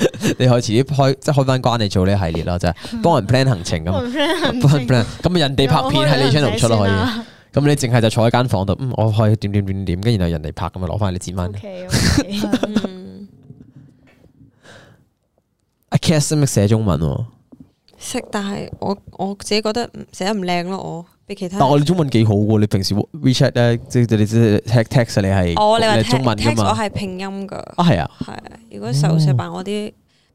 Speaker 1: 你可以遲啲開，即係開翻關你做呢系列咯，就係幫人 plan 行程咁
Speaker 2: 我。plan 行程
Speaker 1: plan plan 咁人哋拍片喺你 channel 出咯，可以。
Speaker 2: 啊
Speaker 1: 咁你淨係就坐喺間房度，嗯，我可以點點點點，跟住然後人哋拍咁啊，攞翻你剪翻
Speaker 2: O。K O K，
Speaker 3: 嗯，
Speaker 1: 阿 Cat 識唔識寫中文喎？
Speaker 3: 識，但係我我自己覺得唔寫得唔靚咯，我比其他
Speaker 1: 但我哋中文幾好喎，你平時 WeChat 咧，即係你即係 text text 你係
Speaker 3: 哦我你話
Speaker 1: 你係中文㗎
Speaker 3: text 我
Speaker 1: 嘛？
Speaker 3: 係拼音噶，
Speaker 1: 啊係啊，
Speaker 3: 係啊如果手寫版我啲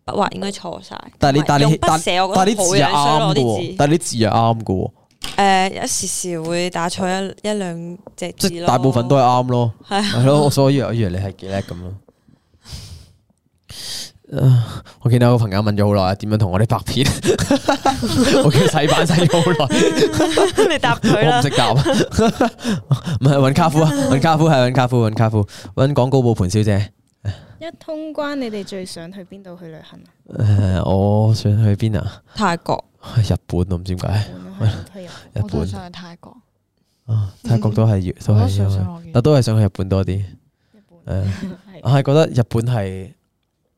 Speaker 3: 筆畫應該錯晒，
Speaker 1: 哦但係你但係
Speaker 3: 用
Speaker 1: 你但
Speaker 3: 筆寫我
Speaker 1: 但係
Speaker 3: 覺得
Speaker 1: 啲
Speaker 3: 好
Speaker 1: 字係
Speaker 3: 樣衰咯，
Speaker 1: 啱
Speaker 3: 我
Speaker 1: 嘅
Speaker 3: 啲
Speaker 1: 喎，
Speaker 3: 字
Speaker 1: 但係啲字係啱嘅喎，
Speaker 3: 誒一時時會打錯一一兩隻
Speaker 1: 即
Speaker 3: 字
Speaker 1: 係
Speaker 3: 咯，
Speaker 1: 大部分都係啱咯，
Speaker 3: 係啊
Speaker 1: 係咯，所以我以為你係幾叻咁咯。 啊我見到有個朋友問咗好耐，點樣同我哋拍片？ 我見佢洗版洗咗好耐。
Speaker 3: 你答佢
Speaker 1: 我唔
Speaker 3: 啦
Speaker 1: 識，答， 唔係揾卡夫啊，揾卡夫係揾卡夫，揾卡夫，揾廣告部盤小姐。
Speaker 2: 一通關你哋最想去邊度去旅行啊？
Speaker 1: 誒，我想去邊啊？
Speaker 3: 泰國
Speaker 1: 日本我唔知點解，
Speaker 2: 日本啊係啊
Speaker 1: 日
Speaker 4: 我都
Speaker 1: 本
Speaker 4: 想去泰國，
Speaker 1: 啊，泰國都係要都
Speaker 4: 我都
Speaker 1: 係
Speaker 4: 想
Speaker 1: 因
Speaker 4: 上
Speaker 1: 為，
Speaker 4: 樂園
Speaker 1: 但都係想去日本多啲。
Speaker 2: 日本
Speaker 1: 誒，我
Speaker 2: 係
Speaker 1: 係覺得日本係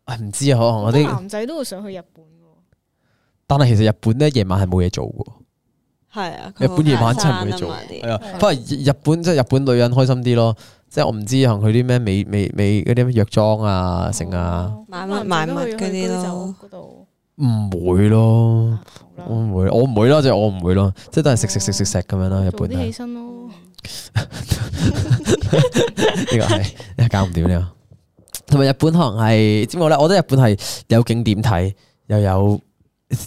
Speaker 1: 啊唔知啊，可能
Speaker 2: 好
Speaker 1: 我
Speaker 2: 多
Speaker 1: 啲，
Speaker 2: 男仔都會想去日本嘅
Speaker 1: 但係其實日本咧夜晚係冇嘢做嘅
Speaker 3: 係啊，
Speaker 1: 喎，日本夜晚真係冇嘢
Speaker 3: 佢
Speaker 1: 做。
Speaker 3: 好懶啊
Speaker 1: 係啊，
Speaker 4: 係
Speaker 1: 不過日本即係日本女人開心啲咯，即係我唔知可能佢啲咩美美美嗰啲咩藥妝啊、
Speaker 2: 喎，
Speaker 1: 成啊，
Speaker 2: 哦
Speaker 3: 買乜
Speaker 2: 男仔都
Speaker 3: 買
Speaker 2: 會
Speaker 3: 乜
Speaker 2: 去
Speaker 3: 嗰啲
Speaker 2: 居酒
Speaker 3: 咯
Speaker 2: 屋嗰度
Speaker 1: 唔會咯。
Speaker 2: 啊好啦
Speaker 1: 我唔會，我唔會咯，即係我唔會咯，即係都係食食食食食咁樣咯。日
Speaker 2: 早
Speaker 1: 本啊
Speaker 2: 啲起
Speaker 1: 係
Speaker 2: 身咯，
Speaker 1: 呢個係 呢個搞唔掂呢個。同埋日本可能係點講咧？我覺得日本係有景點睇，又有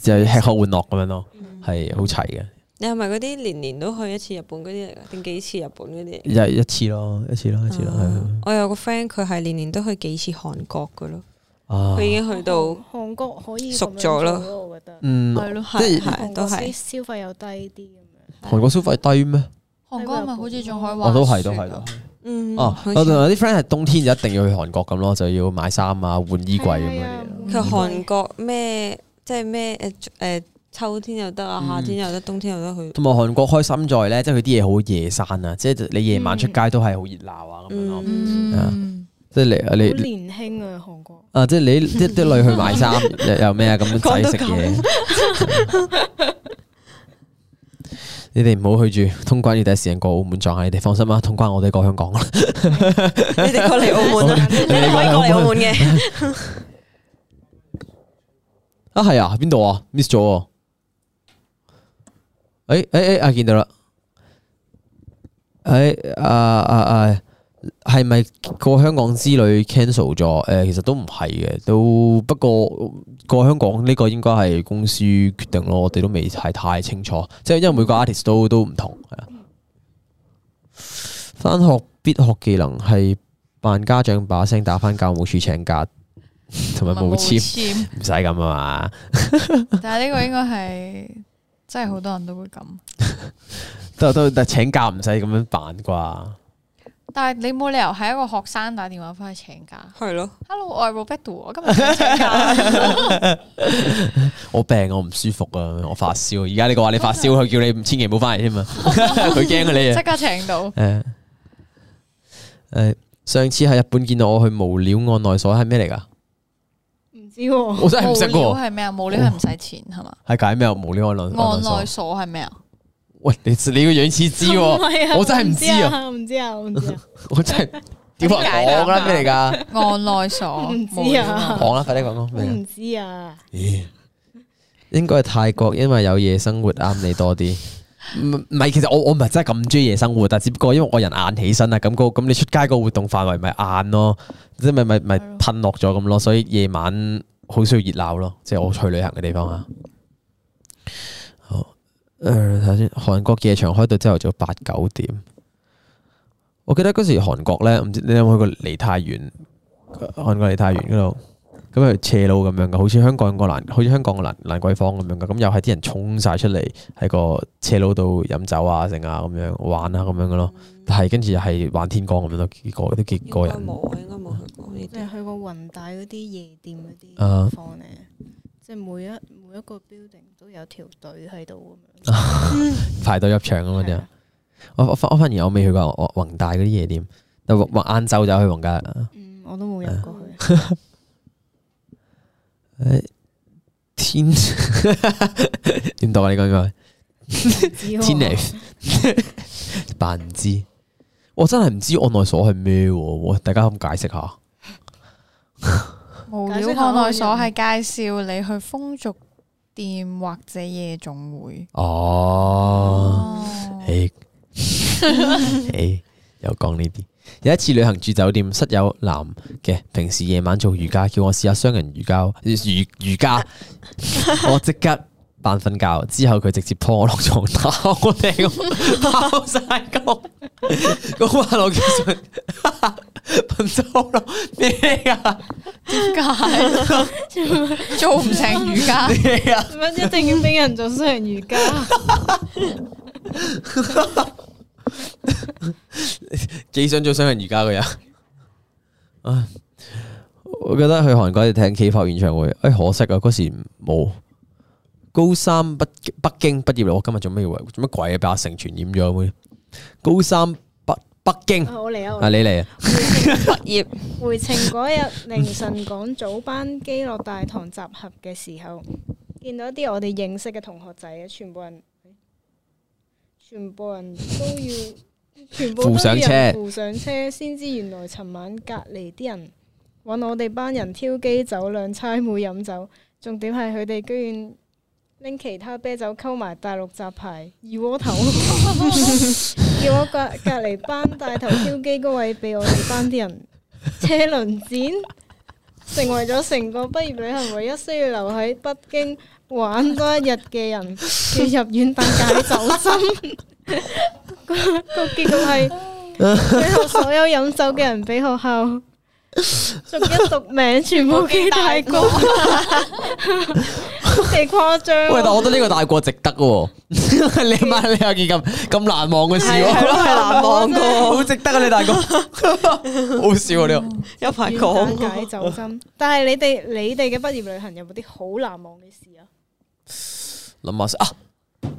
Speaker 1: 又有吃喝玩樂咁樣咯，係好齊嘅。
Speaker 3: 你係咪嗰啲年年都去一次日本嗰啲嚟㗎？啊定幾次日本嗰啲嚟㗎？
Speaker 1: 一一次咯，一次咯，一次咯，係
Speaker 3: 啊我有個 friend 佢係年年都去幾次韓國嘅咯，
Speaker 1: 啊
Speaker 3: 佢已。經去到
Speaker 2: 韓國可以
Speaker 3: 熟
Speaker 2: 咁樣
Speaker 3: 咗咯
Speaker 2: 做我覺得
Speaker 1: 嗯，
Speaker 4: 係咯，
Speaker 1: 即
Speaker 3: 係
Speaker 1: 係
Speaker 3: 係
Speaker 2: 韓
Speaker 3: 都
Speaker 2: 國啲
Speaker 3: 係
Speaker 2: 消費又低啲咁樣。
Speaker 1: 韓國消費低咩？
Speaker 4: 韓國係咪好似仲可以
Speaker 1: 我
Speaker 4: 玩
Speaker 1: 都係，都
Speaker 4: 雪
Speaker 1: 係，
Speaker 4: 啊
Speaker 1: 都係。
Speaker 3: 嗯
Speaker 1: 哦，
Speaker 3: 好
Speaker 1: 我
Speaker 3: 似
Speaker 1: 同有啲 friend 係冬天就一定要去韓國咁咯，就要買衫啊、換衣櫃咁
Speaker 2: 係
Speaker 1: 樣
Speaker 2: 啊
Speaker 1: 嘅。
Speaker 3: 佢韓國咩即係咩誒誒秋天又得啊，夏天又得，冬天又得去。
Speaker 1: 同埋韓國開心在咧，即係佢啲嘢好夜山啊，即係你夜晚出街都係好熱鬧啊咁樣咯。
Speaker 3: 嗯
Speaker 4: 嗯，
Speaker 1: 即係你
Speaker 2: 好
Speaker 1: 你
Speaker 2: 年輕啊，韓國
Speaker 1: 啊，即係你啲啲女去買衫又又咩啊咁樣仔食嘢。 你哋唔好去住，通關要第一時間過澳門撞下你哋，放心啊啦，通關我哋過香港啦。
Speaker 3: 你哋過嚟澳門啊，你哋可以過嚟澳門嘅。
Speaker 1: 啊係啊，邊度啊？miss 咗喎。誒誒誒，啊見到啦。誒啊啊啊！係咪過香港之旅 cancel 咗？誒、其實都唔係嘅，都不過過香港呢個應該係公司決定咯，我哋都未係太清楚，即係因為每個 artist 都都唔同，係啊。翻學必學技能係扮家長把聲打翻教務處請假，同埋冇簽，
Speaker 4: 簽，
Speaker 1: 唔使咁啊嘛。
Speaker 4: 但係呢個應該係真係好多人都會咁。
Speaker 1: 都都但請假唔使咁樣扮啩，
Speaker 4: 但係你冇理由係一個學生打電話翻去請假。
Speaker 3: 係咯，
Speaker 4: Hello，我係 Roberto，我今日想請 假。
Speaker 1: 我病我唔舒服啊，我發燒。而家呢個話你發燒，佢叫你千祈唔好翻嚟添啊，佢驚啊你
Speaker 4: 即
Speaker 1: 啊。
Speaker 4: 刻請到。
Speaker 1: 誒誒，上次喺日本見到我去無聊案內所係咩嚟㗎？
Speaker 2: 唔知喎，
Speaker 1: 我真係唔識
Speaker 4: 無料
Speaker 1: 喎，哦
Speaker 4: 係咩啊？無料係唔使錢係嘛？
Speaker 1: 係解咩啊無聊案內
Speaker 4: 按
Speaker 1: 案內
Speaker 4: 內
Speaker 1: 所？
Speaker 4: 所係咩啊？
Speaker 1: 喂，你你個樣似知
Speaker 2: 唔
Speaker 1: 喎，
Speaker 2: 係
Speaker 1: 我真係唔知啊，
Speaker 2: 唔知啊，我唔知啊。
Speaker 1: 我真係 點啊話講啦咩嚟㗎？
Speaker 4: 按內 所
Speaker 2: 唔知啊
Speaker 4: 無料案
Speaker 1: 講啦，快啲講講
Speaker 2: 我
Speaker 1: 咩嚟㗎
Speaker 2: 唔知啊，
Speaker 1: 咦，應該係泰國，因為有夜生活啱你多啲。唔唔係，其實我我唔係真係咁中意夜生活，啊但只不過因為我人晏起身啊，咁、個咁你出街個活動範圍咪晏咯，即係咪咪咪
Speaker 4: 係咯
Speaker 1: 褪落咗咁咯，所以夜晚好需要熱鬧咯，即係我去旅行嘅地方啊。呃好，誒睇下先，韓國夜場開到朝頭早八九點，我記得嗰時韓國咧，唔知你有冇去過梨泰院？韓國梨泰院嗰度，咁係斜路咁樣嘅，好似香港個蘭，好似香港個蘭蘭桂坊咁樣嘅，咁又係啲人衝晒出嚟喺個斜路度飲酒啊、成啊咁樣玩啊咁樣嘅咯。但係跟住又係玩天光咁樣都幾個都幾
Speaker 3: 應該
Speaker 1: 個人。
Speaker 3: 冇，啊應該冇去過呢
Speaker 2: 你
Speaker 3: 啲。
Speaker 2: 去過雲大嗰啲夜店嗰啲
Speaker 1: 啊
Speaker 2: 地方咧，即係每一每一個 building 都有條隊喺度咁樣。
Speaker 1: 排隊入場咁樣
Speaker 2: 係
Speaker 1: 啫
Speaker 2: 啊。
Speaker 1: 我我反我反而我未去過我宏大嗰啲夜店，但係宏晏晝就去宏大啦。
Speaker 2: 嗯，我都冇入過去。
Speaker 1: 天點讀啊？你講講天
Speaker 2: 天
Speaker 1: 嚟 扮唔知。我真係唔知按內所係咩喎，大家咁解釋下。
Speaker 4: 無
Speaker 2: 解
Speaker 4: 料
Speaker 2: 釋下
Speaker 4: 看
Speaker 2: 咯
Speaker 4: 內所係介紹你去風俗店或者夜總會。
Speaker 1: 哦，
Speaker 4: 哦
Speaker 1: 誒誒，又講呢啲。有一次旅行住酒店，室友男嘅，平時夜晚做瑜伽，叫我試下雙人瑜伽瑜瑜伽，我即刻扮瞓覺，之後佢直接拖我落床打我 哋，爆晒個咁話落上 笨手咯咩啊
Speaker 4: 點解 做唔成瑜伽？
Speaker 1: 咩啊！
Speaker 2: 做乜一定要俾人做雙人 瑜伽？
Speaker 1: 幾想做雙人瑜伽嘅人。唉，我覺得去韓國要聽 K-pop 演唱會，唉，可惜啊，嗰時冇。高三北北京畢業啦，我今日做咩要做乜鬼啊？俾阿成傳染咗妹。高三北北京
Speaker 3: 哦
Speaker 2: 啊我嚟啊！我嚟
Speaker 1: 啊，你嚟啊？
Speaker 3: 畢業
Speaker 2: 回程嗰日凌晨趕早班機落大堂集合嘅時候，見到一啲我哋認識嘅同學仔，全部人，哎全部人都要， 全部都
Speaker 1: 扶
Speaker 2: 要
Speaker 1: 上車
Speaker 2: 人扶上車，先知原來尋晚隔離啲人揾我哋班人挑機酒兩差妹飲酒，重點係佢哋居然拎其他啤酒溝埋大陸雜牌二鍋 頭。叫我隔隔離班帶頭挑機嗰位俾我哋班啲人車輪戰，成為咗成個畢業旅行唯一需要留喺北京玩多一日 嘅人要入院等解酒針。個個結局係最後所有飲酒嘅人俾學 校逐一讀名，全部記大 過，幾誇張
Speaker 3: 哦
Speaker 1: 喂，但
Speaker 2: 啊。
Speaker 1: 我覺得呢個大過值得喎。 你媽你有件咁咁難忘嘅事
Speaker 3: 係係
Speaker 1: 喎，
Speaker 3: 咯，係難忘噶，
Speaker 1: 好值得啊！你 大哥，好笑啊！呢個
Speaker 3: 有排
Speaker 2: 元
Speaker 3: 講
Speaker 2: 旦
Speaker 3: 喎。
Speaker 2: 解酒針，但係你哋你哋嘅畢業旅行有冇啲好難忘嘅事啊？
Speaker 1: 諗下先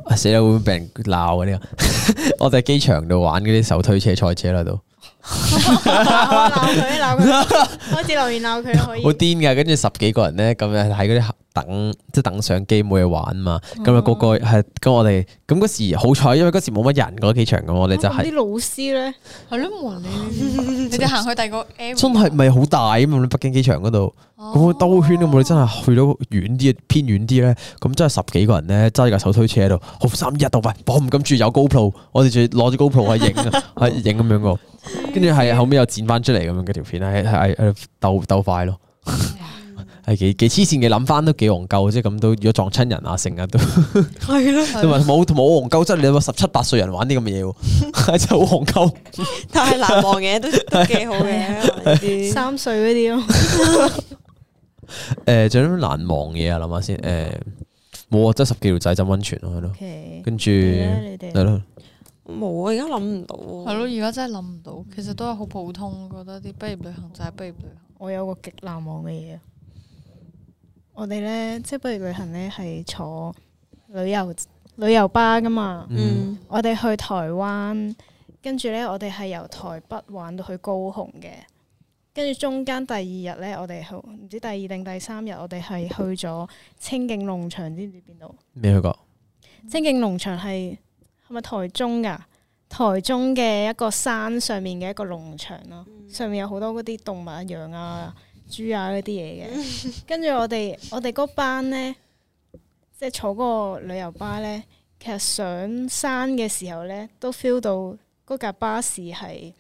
Speaker 1: 啊，死啦會唔會俾人鬧啊呢個？ 我哋喺機場度玩嗰啲手推車賽車啦都，
Speaker 2: 鬧佢，鬧佢，開始留言鬧佢可以
Speaker 1: 好。癲噶！跟住十幾個人咧，咁樣喺嗰啲等即係等上機冇嘢玩嘛，咁啊個個係咁我哋咁嗰時好彩，因為嗰時冇乜人嗰個機場咁，我哋就
Speaker 2: 咁
Speaker 1: 係
Speaker 2: 啲老師咧，
Speaker 4: 係咯，冇人理你。你哋行去第二個 area，
Speaker 1: 真係咪好大啊嘛？北京機場嗰度。
Speaker 4: 哦
Speaker 1: 咁我兜圈咁，我哋真係去到遠啲、偏遠啲咧，咁真係十幾個人咧揸住架手推車喺度，好三一度喂，我唔敢住有 GoPro，我哋仲要攞住 GoPro 去影啊， 係影咁樣個，跟住係後尾又剪翻出嚟咁樣嘅條片，係係係鬥鬥快咯，係幾幾黐線嘅，諗翻都幾戇鳩，即係咁都如果撞親人啊，成日都
Speaker 3: 係咯，
Speaker 1: 都話 冇冇戇鳩，即係你有十七八歲人玩啲咁嘅嘢喎， 係真係好戇鳩。
Speaker 3: 但係難忘嘅都都幾好嘅，可能呢啲
Speaker 2: 三歲嗰啲咯，
Speaker 1: 誒，仲有啲難忘嘢啊，諗下先，誒冇啊，真係十幾條仔浸温泉咯，係咯， 跟住
Speaker 2: 咧
Speaker 1: 係
Speaker 2: 啊你哋
Speaker 1: 咯。
Speaker 3: 冇啊，而家諗唔到
Speaker 4: 係
Speaker 3: 喎。
Speaker 4: 咯，而家真係諗唔到，其實都係好普通，覺得啲畢業旅行就係畢業旅行。
Speaker 2: 我有個極難忘嘅嘢啊。我哋咧，即係畢業旅行咧，係坐旅遊旅遊巴噶嘛。
Speaker 3: 嗯，
Speaker 2: 我哋去台灣，跟住呢，我哋係由台北玩到去高雄嘅，跟住中間第二日呢，我哋去唔知第二定第三日，我哋係去咗清境農場，知唔知邊度？
Speaker 1: 未去過，
Speaker 2: 清境農場係係咪台中噶？台中嘅一個山上面嘅一個農場咯，上面有好多嗰啲動物啊、羊啊、豬啊嗰啲嘢嘅。跟住我哋我哋嗰班呢，即係坐嗰個旅遊巴呢，其實上山嘅時候呢，都 feel 到嗰架巴士係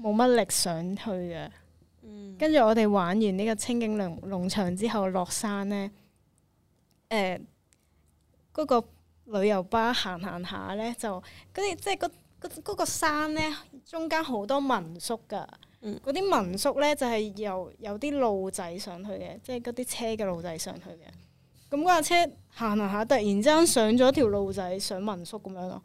Speaker 2: 冇乜力上去嘅。跟住我哋玩完呢個清境農農場之後落山呢，誒、嗰個旅遊巴行行下咧，就跟住即係嗰嗰嗰個山咧，中間好多民宿㗎。
Speaker 3: 嗯
Speaker 2: 嗰啲民宿咧就係由有啲路仔上去嘅，即係嗰啲車嘅路仔上去嘅。咁嗰架車行行下，突然之間上咗條路仔上民宿咁樣咯，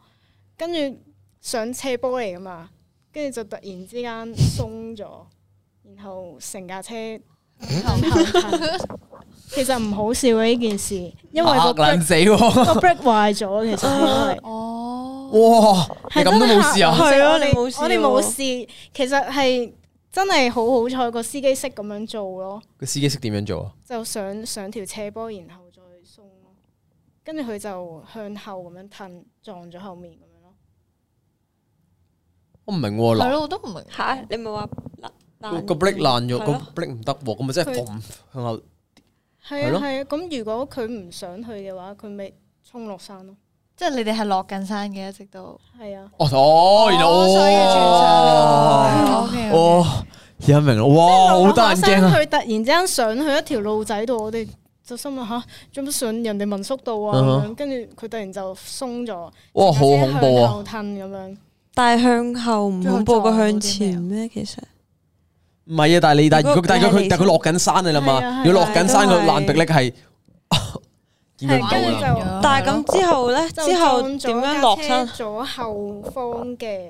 Speaker 2: 跟住上斜坡嚟㗎嘛，跟住就突然之間鬆咗，然後成架車
Speaker 1: 嗯
Speaker 2: 行行行。 其實唔好笑嘅呢件事，因為個
Speaker 1: 嚇撚
Speaker 2: brake
Speaker 1: 死 喎！
Speaker 2: 個 brake 壞咗，其實因為。
Speaker 4: 哦，
Speaker 1: 哇！你
Speaker 2: 係
Speaker 1: 咁都冇事啊？
Speaker 2: 係啊，你
Speaker 3: 我哋冇事喎
Speaker 2: 我哋冇事，其實係真係好好彩，個司機識咁樣做咯，
Speaker 1: 個司機識點樣做啊？
Speaker 2: 就上上條斜坡，然後再鬆咯，跟住佢就向後咁樣褪，撞咗後面咁樣咯。
Speaker 1: 我唔明喎，哦
Speaker 4: 係
Speaker 1: 嗱
Speaker 4: 咯，我都唔明。
Speaker 3: 吓，你咪話爛
Speaker 1: 個
Speaker 3: 爛
Speaker 1: 個 brake 爛咗，
Speaker 3: 係
Speaker 1: 個
Speaker 3: 咯
Speaker 1: brake 唔得喎，咁咪即係
Speaker 2: 佢
Speaker 1: 砰向後。
Speaker 2: 係
Speaker 1: 係咯
Speaker 2: 啊係啊，咁如果佢唔想去嘅話，佢咪衝落山咯。
Speaker 4: 即係你哋係落緊山嘅，一直都。
Speaker 2: 係啊，
Speaker 1: 哦哦，原來
Speaker 4: 所以要轉山。
Speaker 1: 哦
Speaker 4: 哦，OK，OK
Speaker 1: 哦，而家明啦，哇，好得人驚啊！
Speaker 2: 佢突然之間上去一條路仔度，我哋就心諗吓，做乜上人哋民宿度啊？咁
Speaker 1: 嗯
Speaker 2: 樣跟住佢突然就鬆咗，
Speaker 1: 哇，好
Speaker 2: 架車
Speaker 1: 恐怖啊！
Speaker 2: 向後褪咁樣。
Speaker 3: 但係向後唔恐怖過向前咩？其實
Speaker 1: 唔係啊，但係你但係如
Speaker 3: 如
Speaker 1: 果
Speaker 3: 果
Speaker 1: 但係
Speaker 3: 佢係
Speaker 1: 佢
Speaker 3: 你
Speaker 1: 但係佢落緊山你啦
Speaker 2: 係啊係
Speaker 1: 嘛，
Speaker 2: 啊
Speaker 1: 如果落緊山
Speaker 3: 都
Speaker 1: 個
Speaker 3: 係
Speaker 1: 爛壁力 係見佢唔
Speaker 2: 係跟
Speaker 1: 到
Speaker 2: 住
Speaker 1: 啦。
Speaker 2: 就
Speaker 3: 但係咁之後咧，
Speaker 2: 就
Speaker 3: 之後
Speaker 2: 撞
Speaker 3: 點
Speaker 2: 咗
Speaker 3: 樣
Speaker 2: 架
Speaker 3: 落
Speaker 2: 車
Speaker 3: 山？
Speaker 2: 左後方嘅，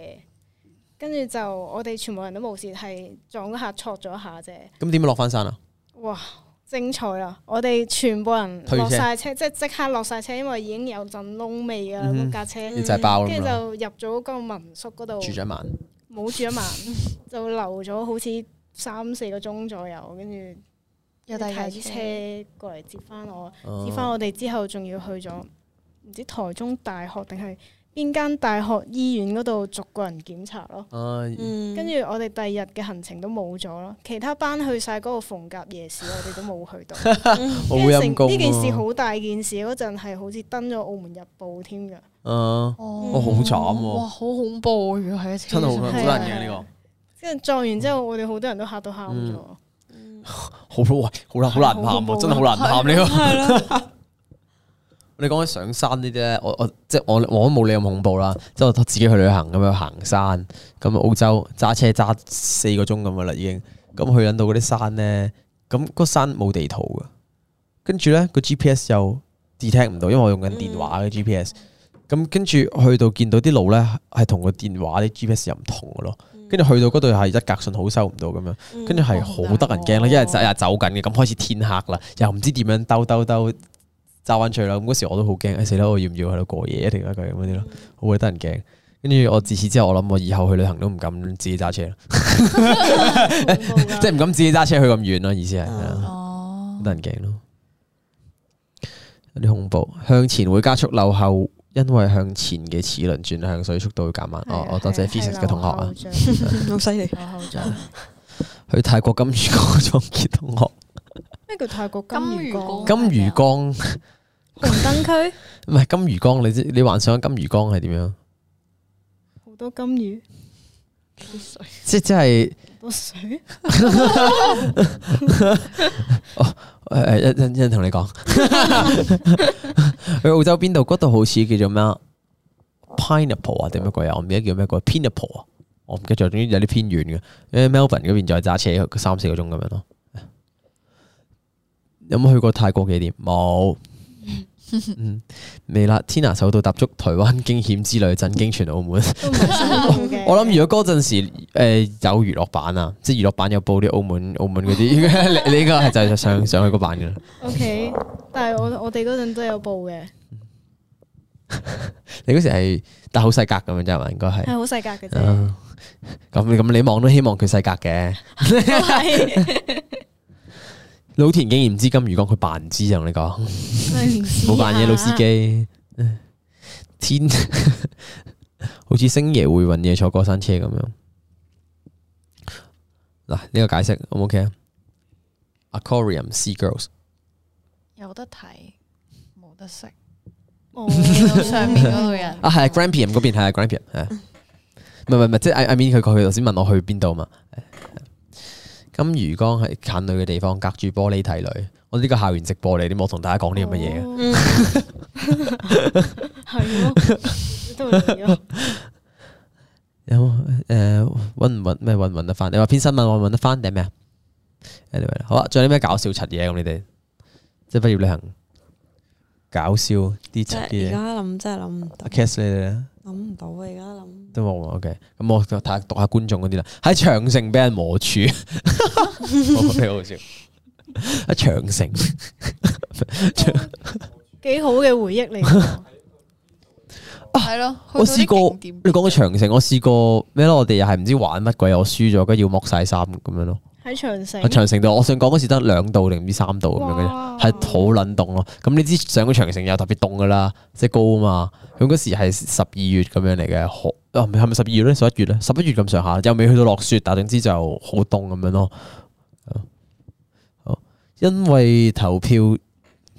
Speaker 2: 跟住就我哋全部人都冇事，係撞嗰下挫咗下啫。
Speaker 1: 咁點樣落翻山啊？
Speaker 2: 哇！精彩啦！我哋全部人
Speaker 1: 推
Speaker 2: 落
Speaker 1: 車
Speaker 2: 晒車，即係即刻落晒車，因為已經有陣窿味㗎啦，
Speaker 1: 嗯哼
Speaker 2: 嗰架車。
Speaker 1: 你就係爆
Speaker 2: 跟
Speaker 1: 咁
Speaker 2: 住
Speaker 1: 啦，
Speaker 2: 就入咗個民宿嗰度，
Speaker 1: 住咗一晚。
Speaker 2: 冇住一 晚，就留咗好似三四個鐘左右，跟住
Speaker 4: 有第二
Speaker 2: 睇
Speaker 4: 架車
Speaker 2: 車過嚟接翻我。接翻
Speaker 1: 哦
Speaker 2: 我哋之後，仲要去咗唔知台中大學定係邊間大學醫院嗰度逐個人檢查咯。
Speaker 1: 哎
Speaker 3: 嗯，
Speaker 2: 跟住我哋第二日嘅行程都冇咗咯，其他班去晒嗰個逢甲夜市，我哋都冇去到。
Speaker 1: 好陰功
Speaker 2: 呢件事
Speaker 1: 啊！
Speaker 2: 好大件事，嗰陣係好似登咗《澳門日報》添㗎。
Speaker 1: 嗯，
Speaker 4: 哦
Speaker 1: 哇好慘喎
Speaker 4: 哇，好恐怖啊！如果喺車
Speaker 1: 真係好好
Speaker 4: 上
Speaker 2: 係啊
Speaker 1: 難嘅呢
Speaker 2: 跟住撞完之後，我哋好多人都嚇到喊咗。
Speaker 1: 個，好喂，好難好難
Speaker 2: 好
Speaker 1: 喊
Speaker 2: 恐怖
Speaker 1: 喎，
Speaker 2: 啊
Speaker 1: 真係好難喊呢個。
Speaker 3: 係咯，
Speaker 1: 你講起上山呢啲咧，我我即係我我都冇你咁恐怖啦，即係我自己去旅行咁樣行山，咁澳洲揸車揸四個鐘咁噶啦已經，咁去撚到嗰啲山咧，咁嗰山冇地圖嘅，跟住咧個 GPS 又 detect 唔到，因為我用緊電話嘅 GPS，咁跟住去到見到啲路咧係同個電話啲 GPS 又唔同嘅咯，
Speaker 3: 嗯
Speaker 1: 跟住去到嗰度係一格信號收唔到咁樣。跟住係好
Speaker 2: 啊
Speaker 1: 得人驚啦，
Speaker 4: 嗯
Speaker 1: 因為就日走緊嘅，咁開始天黑啦，又唔知點樣兜兜兜揸翻去啦。咁嗰時我都好驚，唉死啦！我要唔要喺度過夜定一佢咁嗰啲咯，好鬼得人驚。跟住我自此之後，我諗我以後去旅行都唔敢自己揸車啦，
Speaker 2: 恐怖㗎
Speaker 1: 即係唔敢自己揸車去咁遠啦。意思係係 啊
Speaker 4: 哦
Speaker 1: 好，得人驚咯，有啲恐怖。向前會加速，漏後因為向前嘅齒輪轉向，所以速度會減慢。
Speaker 2: 係
Speaker 1: 哦
Speaker 2: 啊，
Speaker 1: 我多謝
Speaker 2: 係啊
Speaker 1: physics 嘅同學啊。
Speaker 2: 係啊
Speaker 3: 好嗯犀利。
Speaker 4: 落後咗。
Speaker 1: 去泰國金魚 港撞見同學，
Speaker 2: 咩叫泰國金
Speaker 4: 金
Speaker 2: 魚
Speaker 4: 魚缸
Speaker 2: 缸？
Speaker 1: 金魚江。
Speaker 2: 紅燈區
Speaker 1: 唔係金魚缸，你知你幻想金魚缸係點樣？
Speaker 2: 好多金魚，
Speaker 1: 即即係
Speaker 2: 好多水。
Speaker 1: 誒呃一陣一陣同你講， 去澳洲邊度？嗰度好似叫做咩啊 pineapple 啊定乜鬼啊？我唔記得叫咩鬼 pineapple 啊，我唔記得咗。總之有啲偏遠嘅，因為 Melbourne 嗰邊再揸車去三四個鐘咁樣咯。有冇去過泰國嘅點？ 冇。嗯，未啦。Tina 首度踏足台灣驚險之旅，震驚全澳門。
Speaker 2: 都唔係辛苦嘅。
Speaker 1: 我諗如果嗰陣時誒有娛樂版啊，即係娛樂版有報啲澳門澳門嗰啲， 你你應該係就係上上去嗰版嘅啦。
Speaker 2: O K，但係我我哋嗰陣都有報嘅，
Speaker 1: 你嗰時係但好細格咁樣啫嘛，應該
Speaker 2: 係
Speaker 1: 係。
Speaker 2: 好細格嘅啫。
Speaker 1: 啊咁咁你望都希望佢細格嘅。
Speaker 2: 係
Speaker 1: 老田竟然唔知金魚缸，佢扮唔知啊就同你講，
Speaker 2: 啊
Speaker 1: 冇扮嘢，老司。機。 天，好似星爺會揾嘢坐過山車咁樣。嗱，呢個解釋 O 唔 OK 啊？Aquarium Sea Girls。
Speaker 4: 有得睇，冇得食。
Speaker 2: 我
Speaker 4: 見到上面嗰度人
Speaker 1: 啊，係 Grampian 嗰邊係 Grampian 係，啊唔係唔係唔係，即係 I I mean 佢佢頭先問我去邊度嘛？金魚缸係近女嘅地方，隔住玻璃睇女。我呢個校園直播嚟，點我同大家講啲咁嘅嘢啊嘅？
Speaker 3: 嗯，
Speaker 2: 嘢哦 係咯，都係
Speaker 1: 揾
Speaker 2: 咯。
Speaker 1: 呃唔揾咩揾唔揾得翻？你話篇新聞揾唔揾得翻定係咩啊？anyway 啦好啊，仲有啲咩搞笑柒嘢咁？你哋即係畢業旅行搞笑啲
Speaker 3: 即 係
Speaker 1: 柒
Speaker 3: 而
Speaker 1: 嘅嘢。
Speaker 3: 家諗真係諗唔到
Speaker 1: 阿，Cass 你哋咧
Speaker 3: 諗唔到啊！而家諗
Speaker 1: 都冇啊 OK，咁我就睇下讀下觀眾嗰啲啦。喺長城俾人磨柱，我覺 得好笑。喺長城
Speaker 2: 幾好嘅回憶嚟㗎。
Speaker 4: 係咯，
Speaker 1: 啊我試過
Speaker 4: 去到啲景點
Speaker 1: 你講嘅長城，我試過咩咯？我哋又係唔知玩乜鬼，我輸咗，跟住要剝晒衫咁樣咯。
Speaker 2: 喺長城
Speaker 1: 喺，長城度，我想講嗰時得兩度定唔知三度咁樣嘅啫，
Speaker 2: 哇
Speaker 1: 係好撚凍咯。咁你知上咗長城又特別凍噶啦，即係高啊嘛。咁嗰時係十二月咁樣嚟嘅，好啊唔係係咪十二月咧？十一月咧？十一月咁上下，又未去到落雪，但係總之就好凍咁樣咯。好，因為投票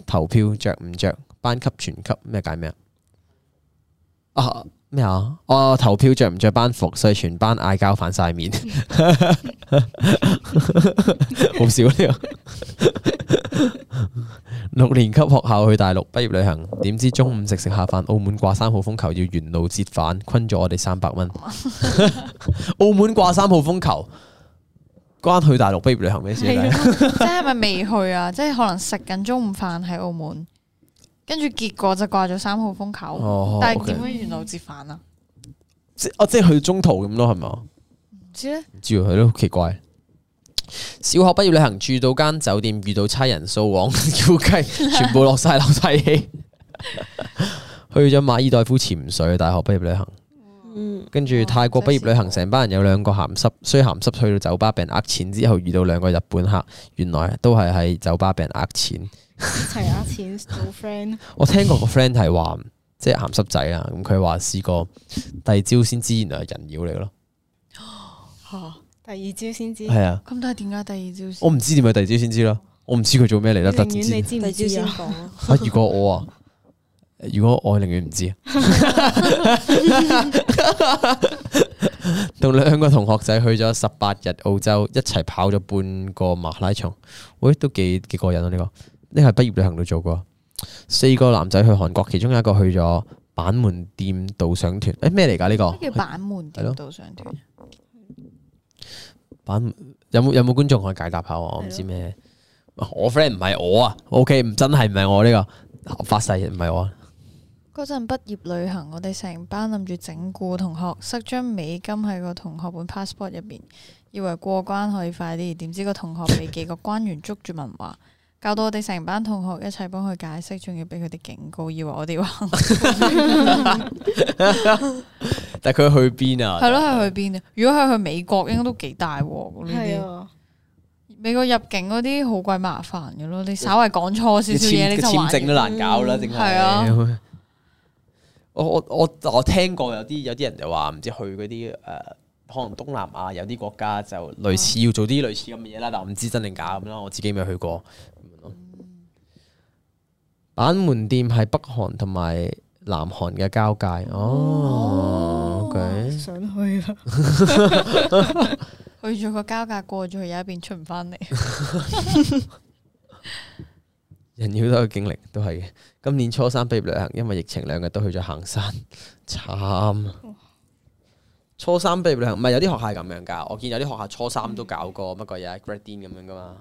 Speaker 1: 投票着唔着班級全級咩解咩啊？啊咩啊？哦，投票着唔着班服，所以全班嗌交反晒面。 好少呢個。 六年級學校去大陸畢業旅行，點知中午食食下飯，澳門掛三號風球要沿路折返，坤咗我哋三百蚊。 澳門掛三號風球，關去大陸畢業旅行咩事啊
Speaker 4: 係啊
Speaker 1: 咧？
Speaker 4: 即係咪未去啊？即係可能食緊中午飯喺澳門，跟住結果就掛咗三號風球，
Speaker 1: 哦
Speaker 4: 但係
Speaker 1: OK
Speaker 4: 點樣沿路折返啊？
Speaker 1: 即我即係去中途咁咯，係嘛？
Speaker 4: 唔知咧，
Speaker 1: 唔知喎係咯，好奇怪。小學畢業旅行住到間酒店，遇到差人掃 黃叫 雞，全部落晒樓晒氣。去咗馬爾代夫潛水，大學畢業旅行。
Speaker 3: 嗯，
Speaker 1: 跟住
Speaker 4: 哇
Speaker 1: 泰國畢業旅
Speaker 4: 真係
Speaker 1: 行，成班人有兩個鹹濕，衰鹹濕去到酒吧俾人呃錢之後，遇到兩個日本客，原來都係喺酒吧俾人呃錢。
Speaker 2: 一齊呃錢做 friend，
Speaker 1: 我聽過個 friend 係話，即係鹹濕仔啦，咁佢話試過第二朝先知原來係人妖嚟咯。
Speaker 2: 第二朝先
Speaker 4: 嗯
Speaker 2: 知。
Speaker 1: 係啊，
Speaker 4: 咁但係點解第二朝先
Speaker 1: 我唔知點解第二朝先知啦，我唔知佢做咩嚟啦，但
Speaker 2: 寧
Speaker 1: 總
Speaker 2: 願
Speaker 1: 之
Speaker 2: 你知
Speaker 3: 第
Speaker 2: 唔
Speaker 3: 二朝
Speaker 2: 知
Speaker 3: 先
Speaker 2: 啊？
Speaker 3: 講啊，
Speaker 1: 啊！如果我啊，如果我寧願唔知，啊 同兩個同學仔去咗十八日澳洲，一齊跑咗半個馬拉松，喂，都幾幾過癮啊！呢、個呢個係畢業旅行度做過，四個男仔去韓國，其中有一個去咗板門店導賞團，誒咩嚟㗎呢
Speaker 4: 咩
Speaker 1: 個？
Speaker 4: 叫板門
Speaker 1: 哦係咯
Speaker 4: 店導上團？
Speaker 1: 板有冇有冇觀眾可以解答下我？我唔知咩，我 friend 唔係我啊，OK，唔真係唔係我呢、個，發誓唔係我啊。
Speaker 4: 嗰陣畢業旅行，我哋成班諗住整蠱同學，塞張美金喺個同學本 passport 入邊，以為過關可以快啲，點知個同學被幾個官員捉住問話，搞到我哋成班同學一齊幫佢解釋，仲要俾佢哋警告，以為我哋話
Speaker 1: 但係佢去邊啊？
Speaker 4: 係咯，係去邊啊？如果係去美國，應該都幾大鑊呢
Speaker 2: 係
Speaker 4: 啲。
Speaker 2: 啊，
Speaker 4: 美國入境嗰啲好鬼麻煩嘅咯，你稍為講錯少少
Speaker 1: 你
Speaker 4: 嘢，你就
Speaker 1: 簽
Speaker 4: 玩
Speaker 1: 證都難
Speaker 4: 完。
Speaker 1: 搞啦，淨
Speaker 4: 係啊
Speaker 1: 嗯係。我我我我聽過有啲有啲人就話唔知去嗰啲誒，呃可能東南亞有啲國家就類似要做啲類似咁嘅嘢啦，但我唔知真定假咁啦。我自己未去過咁樣咯。嗯板門店係北韓同埋南韓嘅交界哦。OK，
Speaker 2: 想去啦。
Speaker 4: 去咗個交界過咗去，有一邊出唔翻嚟。
Speaker 1: 人妖都有經歷，都係嘅。今年初三畢業旅行，因為疫情兩日都去咗行山， 慘。啊
Speaker 3: 哦
Speaker 1: 初三畢業旅行，唔係有啲學校係咁樣㗎。我見有啲學校初三都搞過乜鬼嘢 grad din 咁樣㗎嘛。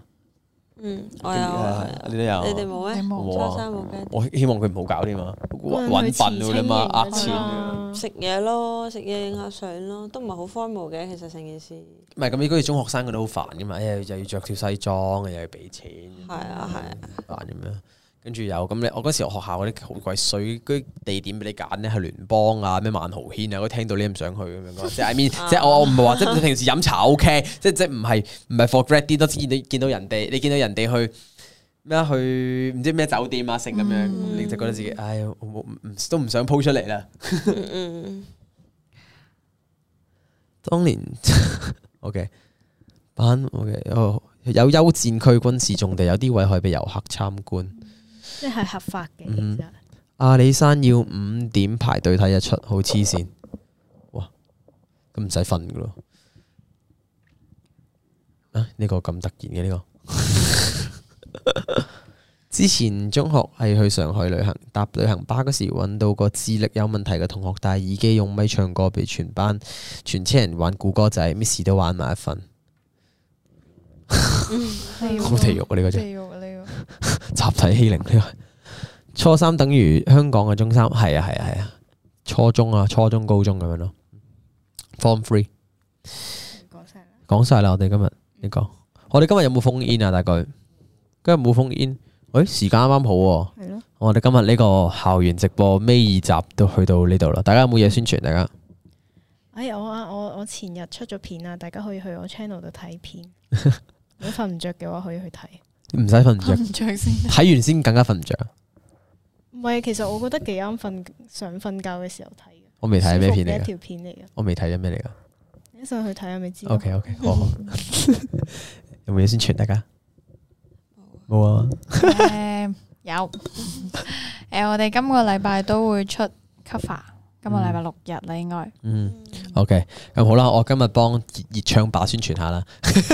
Speaker 3: 嗯，我有啊，
Speaker 1: 你都有
Speaker 3: 你哋冇
Speaker 4: 你
Speaker 3: 咩？
Speaker 4: 冇
Speaker 1: 冇啊
Speaker 3: 初三冇跟
Speaker 1: 我希望佢唔好搞添嘛，揾揾笨喎你媽，呃錢㗎。
Speaker 2: 啊
Speaker 3: 食嘢咯，食嘢影下相咯，都唔係好 formal 嘅，其實成件事
Speaker 1: 唔係咁，你嗰啲中學生佢都好煩㗎嘛，哎呀又要着條西裝，又要俾錢，
Speaker 3: 係啊係啊，
Speaker 1: 煩咁樣。跟住有咁你，我嗰時我學校嗰啲好鬼衰，嗰啲地點俾你揀咧係聯邦啊、咩萬豪軒啊，我聽到你都唔想去咁樣 講。即係 I mean，即係我我唔係話即係 平時飲茶 OK，即係即係唔係唔係 for grad 啲都見你見到人哋，你見到人哋去咩啊去唔知咩酒店啊成咁樣，你就覺得自己唉，我冇唔都唔想 po 出嚟啦。
Speaker 3: 嗯嗯，
Speaker 1: 當年 OK 班 OK 哦，有休戰區軍事重地，有啲位可以俾遊客參觀。
Speaker 2: 即係合法嘅，其
Speaker 1: 嗯
Speaker 2: 實
Speaker 1: 阿里山要五點排隊睇日出，好黐線！哇，咁唔使瞓噶咯？啊，呢、個咁突然嘅呢、個。 之前中學係去上海旅行，搭旅行巴嗰時揾到個智力有問題嘅同學戴耳機用咪唱歌，俾全班全車人玩古歌仔，Miss 都玩埋一份，好地獄啊！呢個真係
Speaker 4: 地獄啊呢個
Speaker 1: 集體欺凌呢個初三等於香港嘅中三，係啊係啊係啊，初中啊初中高中咁樣咯。Form three
Speaker 2: 講晒啦，
Speaker 1: 講晒啦，我哋今日呢個，我哋今日有冇封煙啊？大概今日冇封煙，喂、時間啱啱好喎、
Speaker 2: 係咯，
Speaker 1: 我哋今日呢個校園直播尾二集都去到呢度啦，大家有冇嘢宣傳？大家
Speaker 2: 哎我啊我我前日出咗片啊，大家可以去我 channel 度 睇片，如果瞓唔着嘅話可以去睇。
Speaker 1: 唔使瞓唔着
Speaker 4: 瞓，唔着先。
Speaker 1: 睇完先更加瞓唔着。
Speaker 2: 唔係，其實我覺得幾啱瞓想瞓覺嘅時候睇嘅。
Speaker 1: 我未睇係咩片
Speaker 2: 舒服嘅一
Speaker 1: 嚟噶，
Speaker 2: 條片嚟嘅，
Speaker 1: 我未睇咗咩嚟噶。
Speaker 2: 你上去睇下咪知咯。
Speaker 1: OK OK，好 好。有冇嘢宣傳？大家冇啊？
Speaker 4: 誒有 誒，我哋今個禮拜都會出 cover，今個禮拜六日啦，應該
Speaker 1: 嗯。OK，咁好啦，我今日幫熱熱唱吧宣傳下啦，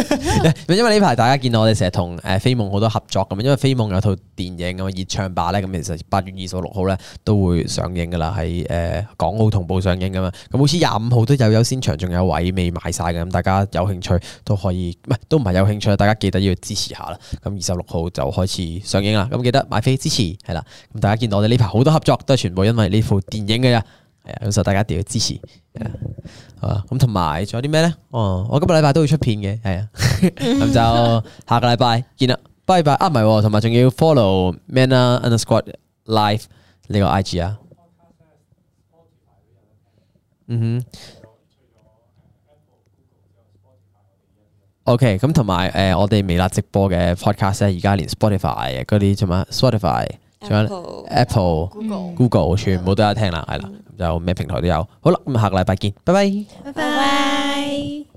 Speaker 1: 因為呢排大家見到我哋成日同誒飛夢好多合作咁樣，因為飛夢有套電影咁啊，熱唱吧咧，咁其實八月二十六號咧都會上映噶啦，喺誒、呃港澳同步上映噶嘛，咁好似廿五號都有優先場，仲有位未買晒嘅，咁大家有興趣都可以，唔係都唔係有興趣，大家記得要支持下啦。咁二十六號就開始上映啦，咁記得買飛支持係啦。咁大家見到我哋呢排好多合作都係全部因為呢部電影嘅啫，係啊，咁所以大家一定要支持。啊，咁同埋仲有啲咩咧？哦，我今個禮拜都會出片嘅，係啊，咁就下個禮拜見啦，拜拜。啊，唔係喎，同埋仲要 follow Manner Underscore Live 呢個 IG 啊。嗯哼。OK，咁同埋誒，我哋微辣直播嘅 podcast 咧，而家連 Spotify 嗰啲做乜？Spotify 仲有
Speaker 3: Apple
Speaker 1: Apple、
Speaker 4: Google
Speaker 1: 嗯 Google 全部都有得聽啦，係啦，咁就咩平台都有。好啦，咁下個禮拜見，拜拜。
Speaker 2: 拜拜。